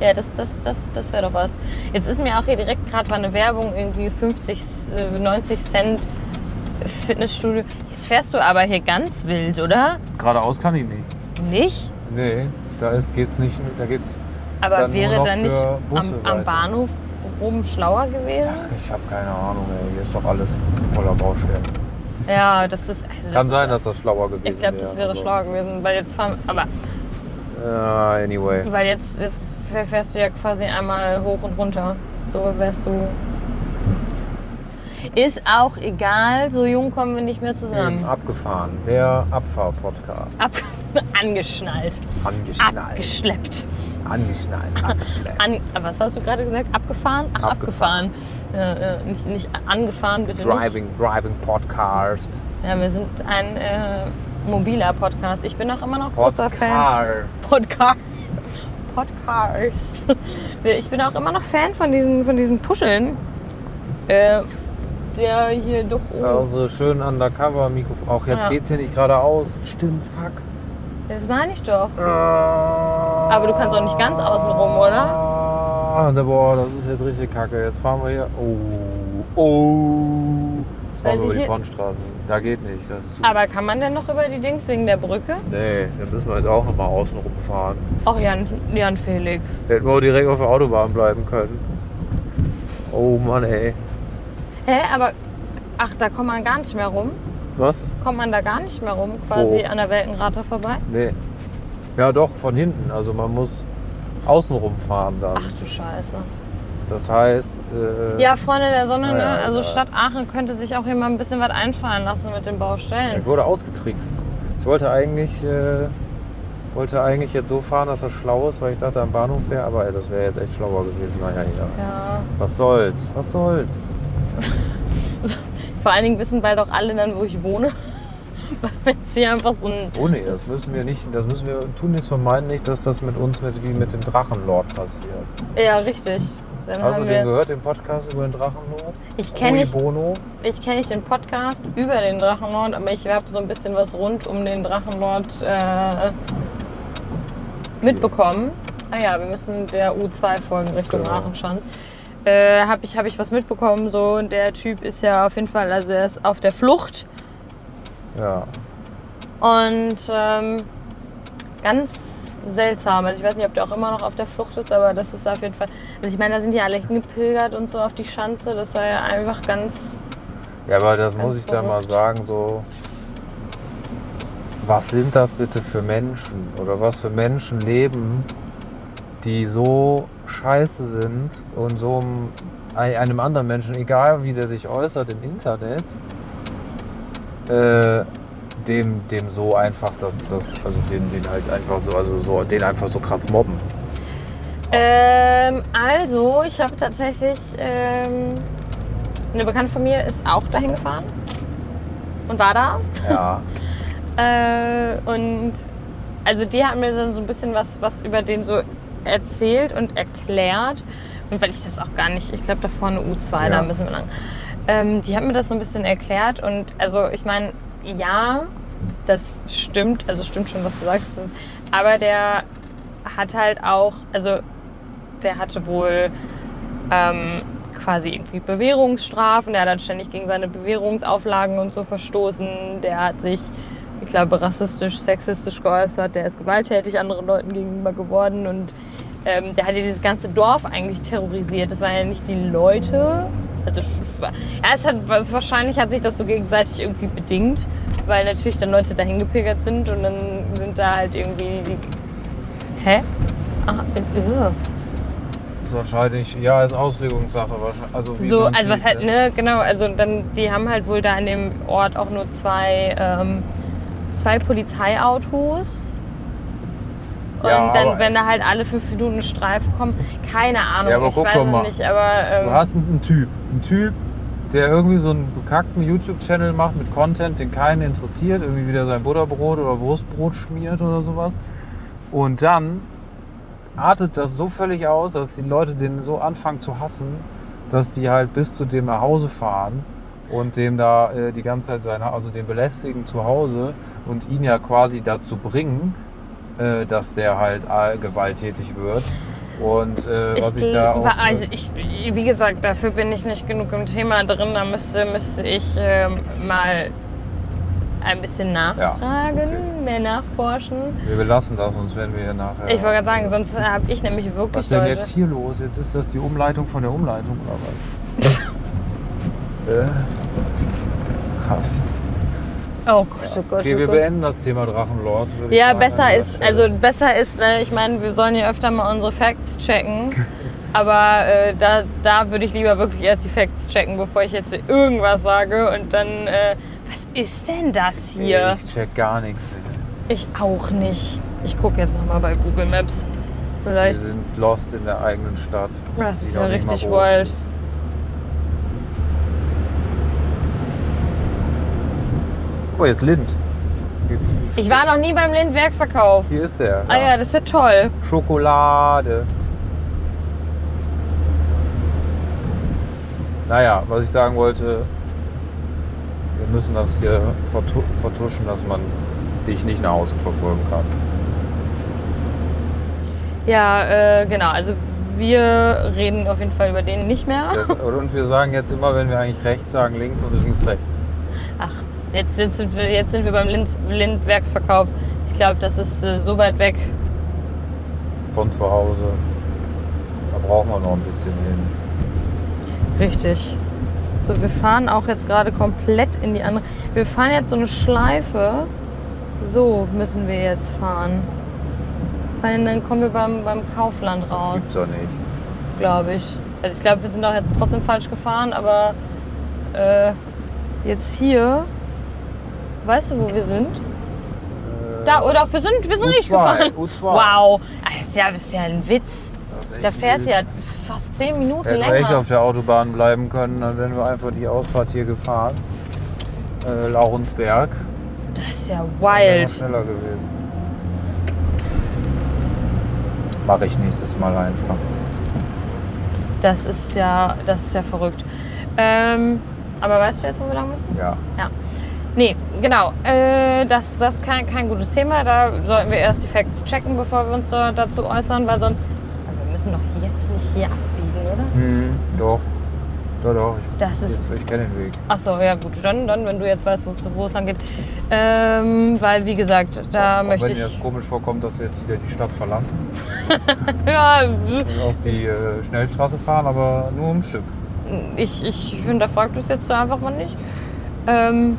Speaker 1: Ja, das, das, das, das wäre doch was. Jetzt ist mir auch hier direkt gerade war eine Werbung, irgendwie 50, äh, 90 Cent Fitnessstudio. Jetzt fährst du aber hier ganz wild, oder?
Speaker 2: Geradeaus kann ich nicht.
Speaker 1: Nicht?
Speaker 2: Nee, da ist, geht's nicht, da geht's.
Speaker 1: Aber
Speaker 2: Dann nur
Speaker 1: wäre
Speaker 2: noch
Speaker 1: dann nicht
Speaker 2: für Busse
Speaker 1: am,
Speaker 2: weiter.
Speaker 1: am Bahnhof oben schlauer gewesen?
Speaker 2: Ach, ich habe keine Ahnung, ey. Hier ist doch alles voller Baustellen.
Speaker 1: Ja, das ist. Also das
Speaker 2: Kann sein,
Speaker 1: ist,
Speaker 2: dass das schlauer gewesen wäre.
Speaker 1: Ich glaube, das wäre
Speaker 2: aber-
Speaker 1: schlauer gewesen, weil jetzt fahren, aber
Speaker 2: Äh, anyway.
Speaker 1: weil jetzt, jetzt fähr- fährst du ja quasi einmal hoch und runter. So wärst du. Ist auch egal, so jung kommen wir nicht mehr
Speaker 2: Eben,
Speaker 1: zusammen.
Speaker 2: abgefahren. Der Abfahr-Podcast.
Speaker 1: Ab, angeschnallt,
Speaker 2: Angeschnallt.
Speaker 1: abgeschleppt.
Speaker 2: Angeschnallt. Angeschnallt.
Speaker 1: An, was hast du gerade gesagt? Abgefahren? Ach, abgefahren.
Speaker 2: Abgefahren.
Speaker 1: Äh, äh, nicht, nicht angefahren, bitte nicht.
Speaker 2: Driving, Driving Podcast.
Speaker 1: Ja, wir sind ein äh, mobiler Podcast. Ich bin auch immer noch großer Fan.
Speaker 2: Podcar.
Speaker 1: Podcast. Podcast. Ich bin auch immer noch Fan von diesen, von diesen Puscheln. Äh, der hier doch oben.
Speaker 2: Also schön Undercover-Mikrofon. Auch jetzt
Speaker 1: Ja.
Speaker 2: geht's hier nicht geradeaus. Stimmt, fuck.
Speaker 1: Das meine ich doch. Ah. Aber du kannst auch nicht ganz außen rum, oder?
Speaker 2: Ah, da- boah, das ist jetzt richtig kacke. Jetzt fahren wir hier. Oh. Oh. Jetzt
Speaker 1: Weil die
Speaker 2: fahren wir über die
Speaker 1: hier- Ah.
Speaker 2: Kornstraße. Da geht nicht. Das ist zu
Speaker 1: Aber kann man denn noch über die Dings wegen der Brücke?
Speaker 2: Nee, da müssen wir jetzt auch nochmal außen rumfahren.
Speaker 1: Ach, Jan, Jan Felix.
Speaker 2: Hätten wir auch direkt auf der Autobahn bleiben können. Oh Mann, ey.
Speaker 1: Hä, aber. Ach, da kommt man gar nicht mehr rum.
Speaker 2: Was?
Speaker 1: Kommt man da gar nicht mehr rum, quasi
Speaker 2: Wo?
Speaker 1: an der Welkenrater vorbei?
Speaker 2: Nee. Ja, doch, von hinten. Also man muss außen rumfahren dann.
Speaker 1: Ach du Scheiße.
Speaker 2: Das heißt. Äh,
Speaker 1: Ja, Freunde der Sonne, ne?
Speaker 2: Naja,
Speaker 1: also
Speaker 2: ja.
Speaker 1: Stadt Aachen könnte sich auch hier mal ein bisschen was einfallen lassen mit den
Speaker 2: Ich
Speaker 1: Baustellen.
Speaker 2: wurde ausgetrickst. Ich wollte eigentlich, äh, wollte eigentlich jetzt so fahren, dass das schlau ist, weil ich dachte, am Bahnhof wäre, aber ey, das wäre jetzt echt schlauer gewesen. Naja, ja.
Speaker 1: Ja.
Speaker 2: Was soll's? Was soll's?
Speaker 1: Vor allen Dingen wissen bald auch alle dann, wo ich wohne. Weil jetzt hier einfach so ein.
Speaker 2: Oh nee, das müssen wir nicht, das müssen wir tun jetzt vermeiden nicht, dass das mit uns mit, wie mit dem Drachenlord passiert.
Speaker 1: Ja, richtig. Dann
Speaker 2: Hast du
Speaker 1: haben
Speaker 2: den
Speaker 1: wir,
Speaker 2: gehört, den Podcast über den Drachenlord?
Speaker 1: ich kenne nicht,
Speaker 2: Bono.
Speaker 1: ich kenn nicht den Podcast über den Drachenlord, aber ich habe so ein bisschen was rund um den Drachenlord äh, mitbekommen. Ah ja, wir müssen der U2 folgen Richtung
Speaker 2: Genau.
Speaker 1: Aachenschanz. Äh, habe ich, hab ich was mitbekommen, so. Und der Typ ist ja auf jeden Fall, also er ist auf der Flucht.
Speaker 2: Ja.
Speaker 1: Und ähm, ganz seltsam. Also ich weiß nicht, ob der auch immer noch auf der Flucht ist, aber das ist auf jeden Fall. Also ich meine, da sind die alle hingepilgert und so auf die Schanze. Das war ja einfach ganz.
Speaker 2: Ja, aber das muss
Speaker 1: Ganz
Speaker 2: ich da mal
Speaker 1: verrückt.
Speaker 2: sagen, so. Was sind das bitte für Menschen? Oder was für Menschen leben, die so scheiße sind und so einem- ei- einem anderen Menschen, egal wie der sich äußert im Internet, äh, dem, dem so einfach das, das also den, den halt einfach so, also so, den einfach so krass mobben.
Speaker 1: Ähm, also, ich habe tatsächlich. Ähm, eine Bekannte von mir ist auch dahin gefahren und war da.
Speaker 2: Ja.
Speaker 1: Äh, und also die haben mir dann so ein bisschen was, was über den so erzählt und erklärt. Und weil ich das auch gar nicht, ich glaube da vorne U2,
Speaker 2: Ja.
Speaker 1: da müssen wir lang. Ähm, die haben mir das so ein bisschen erklärt und also ich meine, ja, das stimmt, also stimmt schon, was du sagst. Aber der hat halt auch, also der hatte wohl ähm, quasi irgendwie Bewährungsstrafen. Der hat halt ständig gegen seine Bewährungsauflagen und so verstoßen. Der hat sich, ich glaube, rassistisch, sexistisch geäußert. Der ist gewalttätig anderen Leuten gegenüber geworden. Und ähm, der hat ja dieses ganze Dorf eigentlich terrorisiert. Das waren ja nicht die Leute. Also, sch- wa- ja, es hat, was, wahrscheinlich hat sich das so gegenseitig irgendwie bedingt, weil natürlich dann Leute dahin gepilgert sind und dann sind da halt irgendwie die. Hä? Ach, äh, äh.
Speaker 2: Ist wahrscheinlich, ja, ist Auslegungssache. wahrscheinlich- Also, wie
Speaker 1: So,
Speaker 2: man
Speaker 1: also was
Speaker 2: sieht,
Speaker 1: halt, ne, genau, also dann, die haben halt wohl da an dem Ort auch nur zwei, ähm, zwei Polizeiautos. Und
Speaker 2: Ja,
Speaker 1: dann,
Speaker 2: aber-
Speaker 1: wenn da halt alle fünf Minuten ein Streif kommen, keine Ahnung,
Speaker 2: Ja, aber
Speaker 1: ich
Speaker 2: guck
Speaker 1: weiß
Speaker 2: doch
Speaker 1: es
Speaker 2: mal.
Speaker 1: nicht, aber ähm,
Speaker 2: Du hast einen Typ, einen Typ, der irgendwie so einen bekackten YouTube-Channel macht mit Content, den keinen interessiert, irgendwie wieder sein Butterbrot oder Wurstbrot schmiert oder sowas. Und dann artet das so völlig aus, dass die Leute den so anfangen zu hassen, dass die halt bis zu dem nach Hause fahren und dem da äh, die ganze Zeit seine, also den belästigen zu Hause und ihn ja quasi dazu bringen, äh, dass der halt äh, gewalttätig wird. Und äh, was ich,
Speaker 1: gl-
Speaker 2: da auch,
Speaker 1: wa- also ich, wie gesagt, dafür bin ich nicht genug im Thema drin, da müsste, müsste ich ähm, mal ein bisschen nachfragen,
Speaker 2: okay.
Speaker 1: mehr nachforschen.
Speaker 2: Wir belassen das, sonst werden wir hier nachher.
Speaker 1: Ich wollte gerade sagen, sonst habe ich nämlich wirklich
Speaker 2: Was ist denn
Speaker 1: Leute-
Speaker 2: jetzt hier los? Jetzt ist das die Umleitung von der Umleitung oder was? äh, krass.
Speaker 1: Oh Gott, oh Gott,
Speaker 2: Okay,
Speaker 1: oh
Speaker 2: wir
Speaker 1: Gott.
Speaker 2: beenden das Thema Drachenlord. würde ich
Speaker 1: Ja,
Speaker 2: sagen, an
Speaker 1: besser
Speaker 2: dieser
Speaker 1: ist,
Speaker 2: Stelle.
Speaker 1: also besser ist, ne, ich meine, wir sollen ja öfter mal unsere Facts checken. Aber äh, da, da würde ich lieber wirklich erst die Facts checken, bevor ich jetzt irgendwas sage und dann, äh, was ist denn das hier?
Speaker 2: Ich check gar nichts. ey.
Speaker 1: Ich auch nicht. Ich gucke jetzt nochmal bei Google Maps. Vielleicht.
Speaker 2: Wir sind lost in der eigenen Stadt.
Speaker 1: Das
Speaker 2: die
Speaker 1: ist
Speaker 2: noch
Speaker 1: ja
Speaker 2: nicht mal
Speaker 1: richtig
Speaker 2: groß
Speaker 1: wild.
Speaker 2: ist. Oh, jetzt Lind.
Speaker 1: Ich war noch nie beim Lindwerksverkauf.
Speaker 2: Hier ist er.
Speaker 1: Ah ja, das ist ja toll.
Speaker 2: Schokolade. Naja, was ich sagen wollte, wir müssen das hier vertu vertuschen, dass man dich nicht nach Hause verfolgen kann.
Speaker 1: Ja, äh, genau. Also wir reden auf jeden Fall über den nicht mehr.
Speaker 2: Das, und wir sagen jetzt immer, wenn wir eigentlich rechts sagen, links und links rechts.
Speaker 1: Ach, jetzt, jetzt, sind, wir, jetzt sind wir beim Lind, Lindwerksverkauf. Ich glaube, das ist äh, so weit weg.
Speaker 2: Von zu Hause. Da brauchen wir noch ein bisschen hin.
Speaker 1: Richtig. So, wir fahren auch jetzt gerade komplett in die andere. Wir fahren jetzt so eine Schleife. So müssen wir jetzt fahren. Weil dann kommen wir beim, beim Kaufland
Speaker 2: Das
Speaker 1: raus,
Speaker 2: gibt's doch nicht.
Speaker 1: glaube ich. Also ich glaube, wir sind auch jetzt trotzdem falsch gefahren, aber äh, jetzt hier. Weißt du, wo wir sind? Da, oder wir sind, wir sind nicht
Speaker 2: U2,
Speaker 1: gefahren.
Speaker 2: U2.
Speaker 1: Wow. Ah, Das ist, ja, das ist ja ein Witz.
Speaker 2: Das ist echt
Speaker 1: Da fährst du ja
Speaker 2: wild.
Speaker 1: fast zehn Minuten
Speaker 2: Hätten wir echt
Speaker 1: länger.
Speaker 2: auf der Autobahn bleiben können, dann wären wir einfach die Ausfahrt hier gefahren. Äh, Laurensberg.
Speaker 1: Das ist ja
Speaker 2: Wäre noch
Speaker 1: wild.
Speaker 2: schneller gewesen. Mache ich nächstes Mal einfach.
Speaker 1: Das ist ja, das ist ja verrückt. Ähm, aber weißt du jetzt, wo wir lang müssen?
Speaker 2: Ja.
Speaker 1: Ja. Nee, genau. Äh, das das ist kein, kein gutes Thema. Da sollten wir erst die Facts checken, bevor wir uns da, dazu äußern, weil sonst. Aber Wir müssen doch jetzt nicht hier abbiegen, oder?
Speaker 2: Hm, doch. Ja, doch.
Speaker 1: Mhm. Das
Speaker 2: Ich,
Speaker 1: ist
Speaker 2: jetzt, ich kenne den Weg.
Speaker 1: Ach so, ja gut, dann, dann wenn du jetzt weißt, wo es- wo es lang geht. Ähm, weil, wie gesagt, da
Speaker 2: Auch
Speaker 1: möchte
Speaker 2: wenn mir das
Speaker 1: ich...
Speaker 2: komisch vorkommt, dass wir jetzt wieder die Stadt verlassen
Speaker 1: Ja,
Speaker 2: und auf die äh, Schnellstraße fahren, aber nur um ein Stück.
Speaker 1: ich, ich hinterfrage das jetzt so einfach mal nicht. Ähm,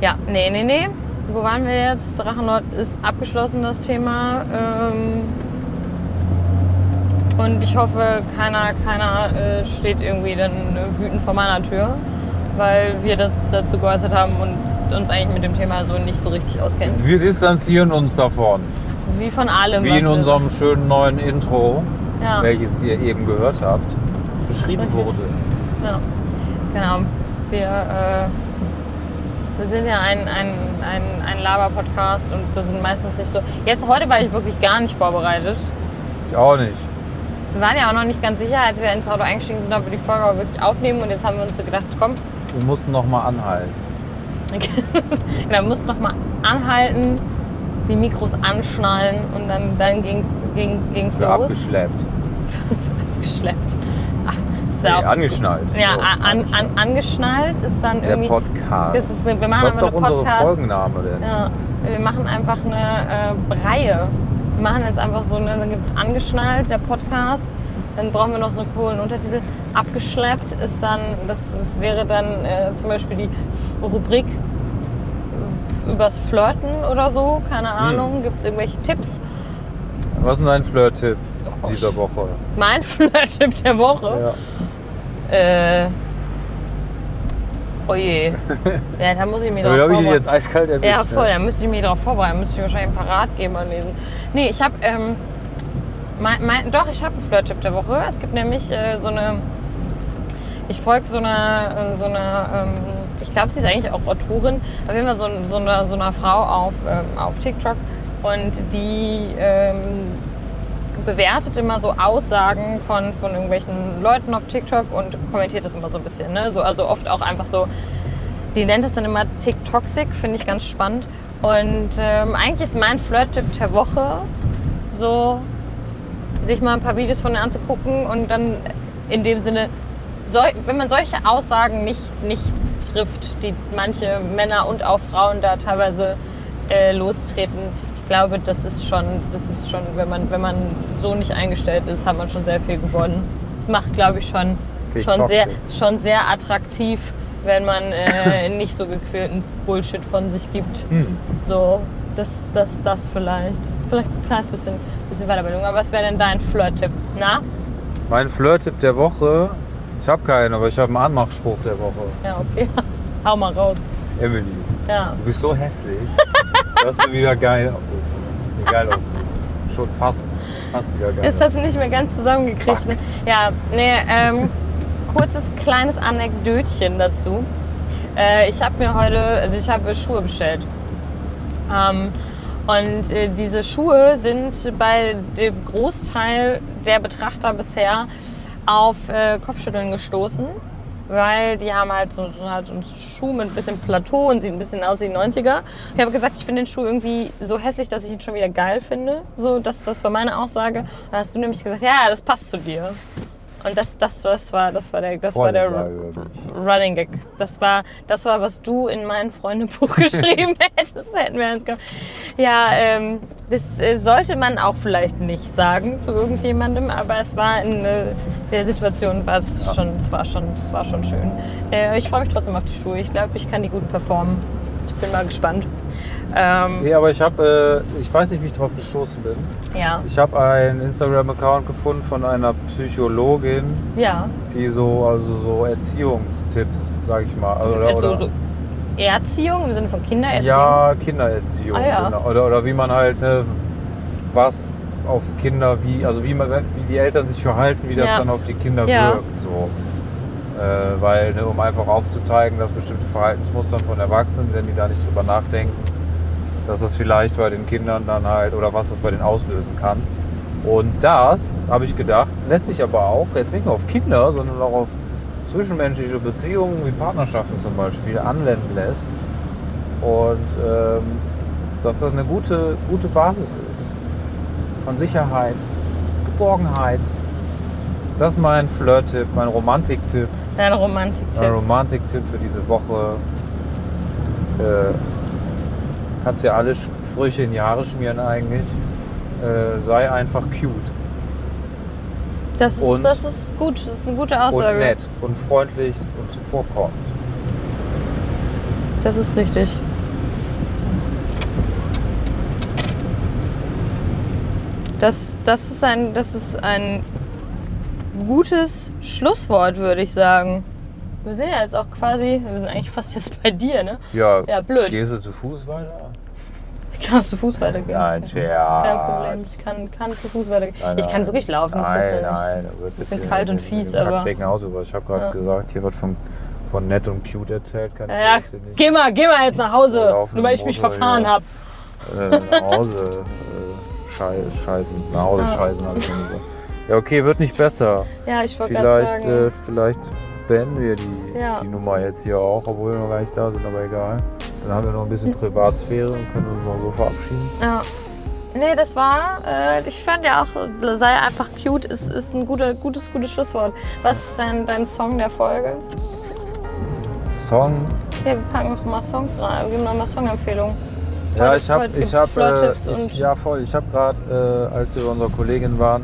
Speaker 1: ja, nee, nee, nee. Wo waren wir jetzt? Drachenlord ist abgeschlossen, das Thema. Ähm, und ich hoffe, keiner, keiner äh, steht irgendwie dann äh, wütend vor meiner Tür, weil wir das dazu geäußert haben und uns eigentlich mit dem Thema so nicht so richtig auskennen.
Speaker 2: Wir distanzieren uns davon.
Speaker 1: Wie von allem.
Speaker 2: Wie
Speaker 1: was Ah.
Speaker 2: in
Speaker 1: wir-
Speaker 2: unserem schönen neuen Intro,
Speaker 1: Ja,
Speaker 2: welches ihr eben gehört habt, beschrieben
Speaker 1: Richtig.
Speaker 2: wurde.
Speaker 1: ja. Genau. Wir, äh, wir sind ja ein, ein, ein, ein Laber-Podcast und wir sind meistens nicht so. Jetzt heute war ich wirklich gar nicht vorbereitet.
Speaker 2: Ich auch nicht.
Speaker 1: Wir waren ja auch noch nicht ganz sicher, als wir ins Auto eingestiegen sind, ob wir die Folge auch wirklich aufnehmen. Und jetzt haben wir uns so gedacht, komm,
Speaker 2: Wir mussten nochmal anhalten.
Speaker 1: genau, wir mussten nochmal anhalten, die Mikros anschnallen und dann, dann ging's, ging es
Speaker 2: Für
Speaker 1: los.
Speaker 2: abgeschleppt.
Speaker 1: Abgeschleppt. Ach, ist
Speaker 2: Nee,
Speaker 1: ja auch.
Speaker 2: angeschnallt.
Speaker 1: Ja,
Speaker 2: So,
Speaker 1: an, an, angeschnallt ist dann
Speaker 2: Der
Speaker 1: irgendwie.
Speaker 2: Podcast.
Speaker 1: Das ist eine, wir machen
Speaker 2: das ist
Speaker 1: einfach
Speaker 2: doch
Speaker 1: eine
Speaker 2: unsere
Speaker 1: Podcast.
Speaker 2: Folgenname denn.
Speaker 1: Ja, wir machen einfach eine äh, Reihe. Wir machen jetzt einfach so, eine, dann gibt es angeschnallt, der Podcast. Dann brauchen wir noch so einen coolen Untertitel. Abgeschleppt ist dann, das, das wäre dann äh, zum Beispiel die Rubrik äh, übers Flirten oder so.
Speaker 2: Hm.
Speaker 1: Keine Ahnung, gibt es irgendwelche Tipps?
Speaker 2: Was ist denn dein Flirt-Tipp
Speaker 1: Oh Gott.
Speaker 2: dieser Woche?
Speaker 1: Mein Flirt-Tipp der Woche.
Speaker 2: Ja.
Speaker 1: Äh, oh je. ja, da muss ich mir drauf
Speaker 2: Aber da habe ich
Speaker 1: vorbereiten.
Speaker 2: dich jetzt eiskalt erwischt.
Speaker 1: Ja, voll,
Speaker 2: ne?
Speaker 1: da müsste ich mich darauf vorbereiten, müsste ich wahrscheinlich ein Parat geben an lesen. Nee, ich habe, ähm, mein, mein, doch, ich habe einen Flirt-Tipp der Woche. Es gibt nämlich äh, so eine, ich folge so einer, äh, so einer ähm, ich glaube, sie ist eigentlich auch Autorin, auf jeden Fall so, so, einer, so einer Frau auf, ähm, auf TikTok und die ähm, bewertet immer so Aussagen von, von irgendwelchen Leuten auf TikTok und kommentiert das immer so ein bisschen. Ne? So, also oft auch einfach so, die nennt es dann immer TikToxic, finde ich ganz spannend. Und ähm, eigentlich ist mein Flirt-Tipp der Woche so, sich mal ein paar Videos von ihr anzugucken und dann in dem Sinne, sol- wenn man solche Aussagen nicht, nicht trifft, die manche Männer und auch Frauen da teilweise äh, lostreten, ich glaube, das ist schon, das ist schon wenn, man, wenn man so nicht eingestellt ist, hat man schon sehr viel gewonnen. Das macht, glaube ich, schon, schon,
Speaker 2: TikTok
Speaker 1: sehr,
Speaker 2: sind.
Speaker 1: ist schon sehr attraktiv, wenn man äh, nicht so gequälten Bullshit von sich gibt.
Speaker 2: Hm.
Speaker 1: So, das, das, das vielleicht. Vielleicht ein kleines bisschen, bisschen Weiterbildung. Aber was wäre denn dein Flirt-Tipp? Na?
Speaker 2: Mein Flirt-Tipp der Woche, ich habe keinen, aber ich habe einen Anmachspruch der Woche.
Speaker 1: Ja, okay. Hau mal raus.
Speaker 2: Emily,
Speaker 1: Ja.
Speaker 2: du bist so hässlich, dass du wieder geil aussiehst. Geil aussiehst. Schon fast, fast wieder geil.
Speaker 1: Jetzt hast du nicht mehr ganz zusammengekriegt. Ne? Ja, nee, ähm, kurzes kleines Anekdötchen dazu. Äh, ich habe mir heute, also ich habe Schuhe bestellt. Ähm, und äh, diese Schuhe sind bei dem Großteil der Betrachter bisher auf äh, Kopfschütteln gestoßen, weil die haben halt so, so halt so einen Schuh mit ein bisschen Plateau und sieht ein bisschen aus wie die 90er. Ich habe gesagt, ich finde den Schuh irgendwie so hässlich, dass ich ihn schon wieder geil finde. So, das, das war meine Aussage. Da hast du nämlich gesagt, ja, das passt zu dir. Und das, das, das war, das war der, das war der
Speaker 2: Freundesaal über mich.
Speaker 1: Running Gag. Das war, das war, was du in mein Freundebuch geschrieben hättest. Hätten wir uns gehabt. Ja, ähm, das äh, sollte man auch vielleicht nicht sagen zu irgendjemandem, aber es war in äh, der Situation war es schon, es war schon, es war schon schön. Äh, ich freue mich trotzdem auf die Schuhe. Ich glaube, ich kann die gut performen. Ich bin mal gespannt. Ähm,
Speaker 2: Nee, aber ich habe, äh, ich weiß nicht, wie ich drauf gestoßen bin.
Speaker 1: ja,
Speaker 2: Ich habe einen Instagram-Account gefunden von einer Psychologin,
Speaker 1: ja.
Speaker 2: die so, also so Erziehungstipps, sag ich mal. Also, oder,
Speaker 1: Also
Speaker 2: oder,
Speaker 1: so Erziehung im Sinne von Kindererziehung.
Speaker 2: Ja, Kindererziehung.
Speaker 1: Ah, ja.
Speaker 2: genau. oder, oder wie man halt, ne, was auf Kinder, wie, also wie, man, wie die Eltern sich verhalten, wie das
Speaker 1: Ja.
Speaker 2: dann auf die Kinder
Speaker 1: Ja.
Speaker 2: wirkt. So. Äh, weil, ne, um einfach aufzuzeigen, dass bestimmte Verhaltensmuster von Erwachsenen, wenn die da nicht drüber nachdenken, dass das vielleicht bei den Kindern dann halt, oder was das bei denen auslösen kann. Und das, habe ich gedacht, lässt sich aber auch jetzt nicht nur auf Kinder, sondern auch auf zwischenmenschliche Beziehungen wie Partnerschaften zum Beispiel anwenden lässt. Und ähm, dass das eine gute, gute Basis ist. Von Sicherheit, Geborgenheit, Das ist mein Flirt-Tipp, mein Romantik-Tipp.
Speaker 1: Dein Romantiktipp.
Speaker 2: Ein Romantik-Tipp für diese Woche. Äh, kannst äh, ja alle Sch- Sprüche in die Haare schmieren eigentlich. Äh, sei einfach cute
Speaker 1: das, ist,
Speaker 2: und-
Speaker 1: das ist gut, das ist eine gute Aussage.
Speaker 2: und nett und freundlich und zuvorkommend.
Speaker 1: Das ist richtig. Das, das, ist ein, das ist ein gutes Schlusswort, würde ich sagen. Wir sind ja jetzt auch quasi, wir sind eigentlich fast jetzt bei dir, ne?
Speaker 2: Ja,
Speaker 1: Ja, blöd.
Speaker 2: gehst du zu Fuß weiter?
Speaker 1: Ich kann auch zu Fuß weitergehen.
Speaker 2: Nein,
Speaker 1: das ist kein Problem.
Speaker 2: Scherz.
Speaker 1: Ich kann, kann zu Fuß weitergehen.
Speaker 2: Nein,
Speaker 1: ich kann
Speaker 2: nein.
Speaker 1: wirklich laufen. das ist
Speaker 2: Nein,
Speaker 1: jetzt ja
Speaker 2: nein. Du wirst
Speaker 1: bisschen kalt und fies, aber-
Speaker 2: Aus, aber ich habe gerade
Speaker 1: Ja.
Speaker 2: gesagt, hier wird von, von nett und cute erzählt. Kann
Speaker 1: Nicht, ja, ja,
Speaker 2: ich jetzt hier
Speaker 1: geh mal, geh mal jetzt nach Hause,
Speaker 2: Laufen
Speaker 1: nur weil ich mich
Speaker 2: Motor,
Speaker 1: verfahren
Speaker 2: ja.
Speaker 1: habe.
Speaker 2: nicht, äh, nach Hause äh, schei- scheißen. Nach Hause scheißen, hab ich schon gesagt. Ja, okay, wird nicht besser.
Speaker 1: Ja, Ah. ich wollte gerade
Speaker 2: Vielleicht,
Speaker 1: sagen.
Speaker 2: äh, vielleicht beenden wir die,
Speaker 1: Ja.
Speaker 2: die Nummer jetzt hier auch, obwohl wir noch gar nicht da sind, aber egal. Dann haben wir noch ein bisschen Privatsphäre und können uns noch so verabschieden.
Speaker 1: Ja. Nee, das war, äh, ich fand ja auch, sei einfach cute, ist, ist ein guter, gutes, gutes Schlusswort. Was ist dein, dein Song der Folge?
Speaker 2: Song.
Speaker 1: Ja, wir packen noch mal Songs rein, wir geben noch mal Songempfehlungen.
Speaker 2: Ja,
Speaker 1: Heute-
Speaker 2: ich habe,
Speaker 1: heute gibt's
Speaker 2: ich habe,
Speaker 1: Flirttipps und-
Speaker 2: ja voll. Ich habe gerade, äh, als wir bei unserer Kollegin waren,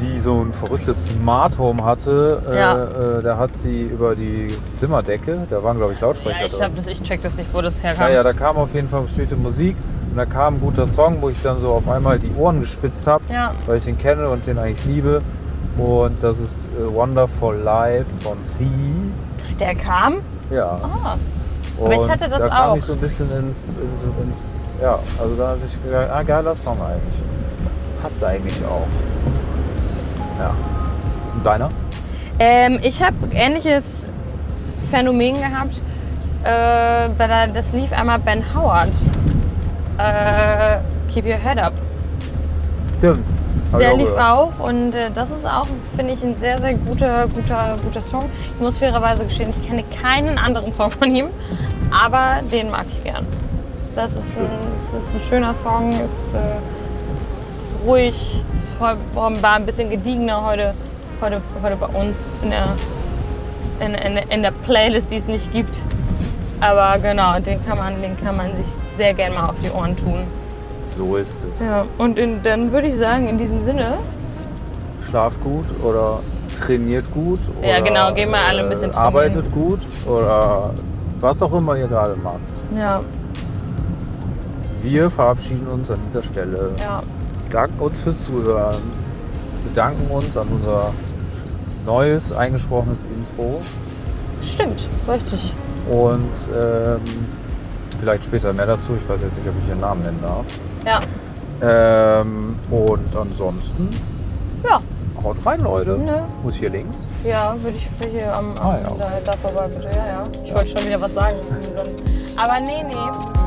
Speaker 2: die so ein verrücktes Smart Home hatte, äh,
Speaker 1: Ja.
Speaker 2: äh, da hat sie über die Zimmerdecke, da waren glaube ich Lautsprecher drin.
Speaker 1: das, ich check das nicht, wo das herkam.
Speaker 2: Naja, da kam auf jeden Fall gespielte Musik und da kam ein guter Song, wo ich dann so auf einmal die Ohren gespitzt habe,
Speaker 1: Ja.
Speaker 2: weil ich den kenne und den eigentlich liebe. Und das ist äh, Wonderful Life von Seed.
Speaker 1: Der kam?
Speaker 2: Ja.
Speaker 1: Ah,
Speaker 2: und
Speaker 1: aber ich hatte das
Speaker 2: da kam
Speaker 1: auch.
Speaker 2: ich so ein bisschen ins, ins, ins. Ja, also da habe ich gedacht, ah, geiler Song eigentlich. Passt eigentlich auch. Ja. Und deiner?
Speaker 1: Ähm, ich habe ähnliches Phänomen gehabt. Äh, bei der, das lief einmal Ben Howard. Äh, keep your head up.
Speaker 2: Stimmt. Hab ich
Speaker 1: Der
Speaker 2: auch
Speaker 1: lief
Speaker 2: gehört.
Speaker 1: auch und äh, das ist auch, finde ich, ein sehr, sehr guter, guter, guter Song. Ich muss fairerweise gestehen, ich kenne keinen anderen Song von ihm, aber den mag ich gern. Das ist ein, das ist ein schöner Song, ist, äh, ist ruhig, ist heu- war ein bisschen gediegener heute, heute, heute bei uns in der, in, in, in der Playlist, die es nicht gibt. Aber genau, den kann man, den kann man sich sehr gern mal auf die Ohren tun.
Speaker 2: So ist es.
Speaker 1: Ja, und in, dann würde ich sagen, in diesem Sinne.
Speaker 2: Schlaf gut oder trainiert gut.
Speaker 1: Ja,
Speaker 2: oder,
Speaker 1: genau, gehen wir alle ein bisschen
Speaker 2: äh,
Speaker 1: trainieren.
Speaker 2: Arbeitet gut oder was auch immer ihr gerade macht.
Speaker 1: Ja,
Speaker 2: Wir verabschieden uns an dieser Stelle.
Speaker 1: ja.
Speaker 2: Danken uns fürs Zuhören. Bedanken uns an unser neues, eingesprochenes Intro.
Speaker 1: Stimmt, richtig.
Speaker 2: Und ähm, vielleicht später mehr dazu. Ich weiß jetzt nicht, ob ich Ihren Namen nennen darf.
Speaker 1: Ja,
Speaker 2: Ähm, und ansonsten,
Speaker 1: ja,
Speaker 2: haut rein, Leute.
Speaker 1: Nö.
Speaker 2: Muss hier links.
Speaker 1: ja, würde ich hier am, am
Speaker 2: Ah, ja.
Speaker 1: da, da vorbei bitte. Ja, ja. Ich wollte schon wieder was sagen. Aber nee, nee.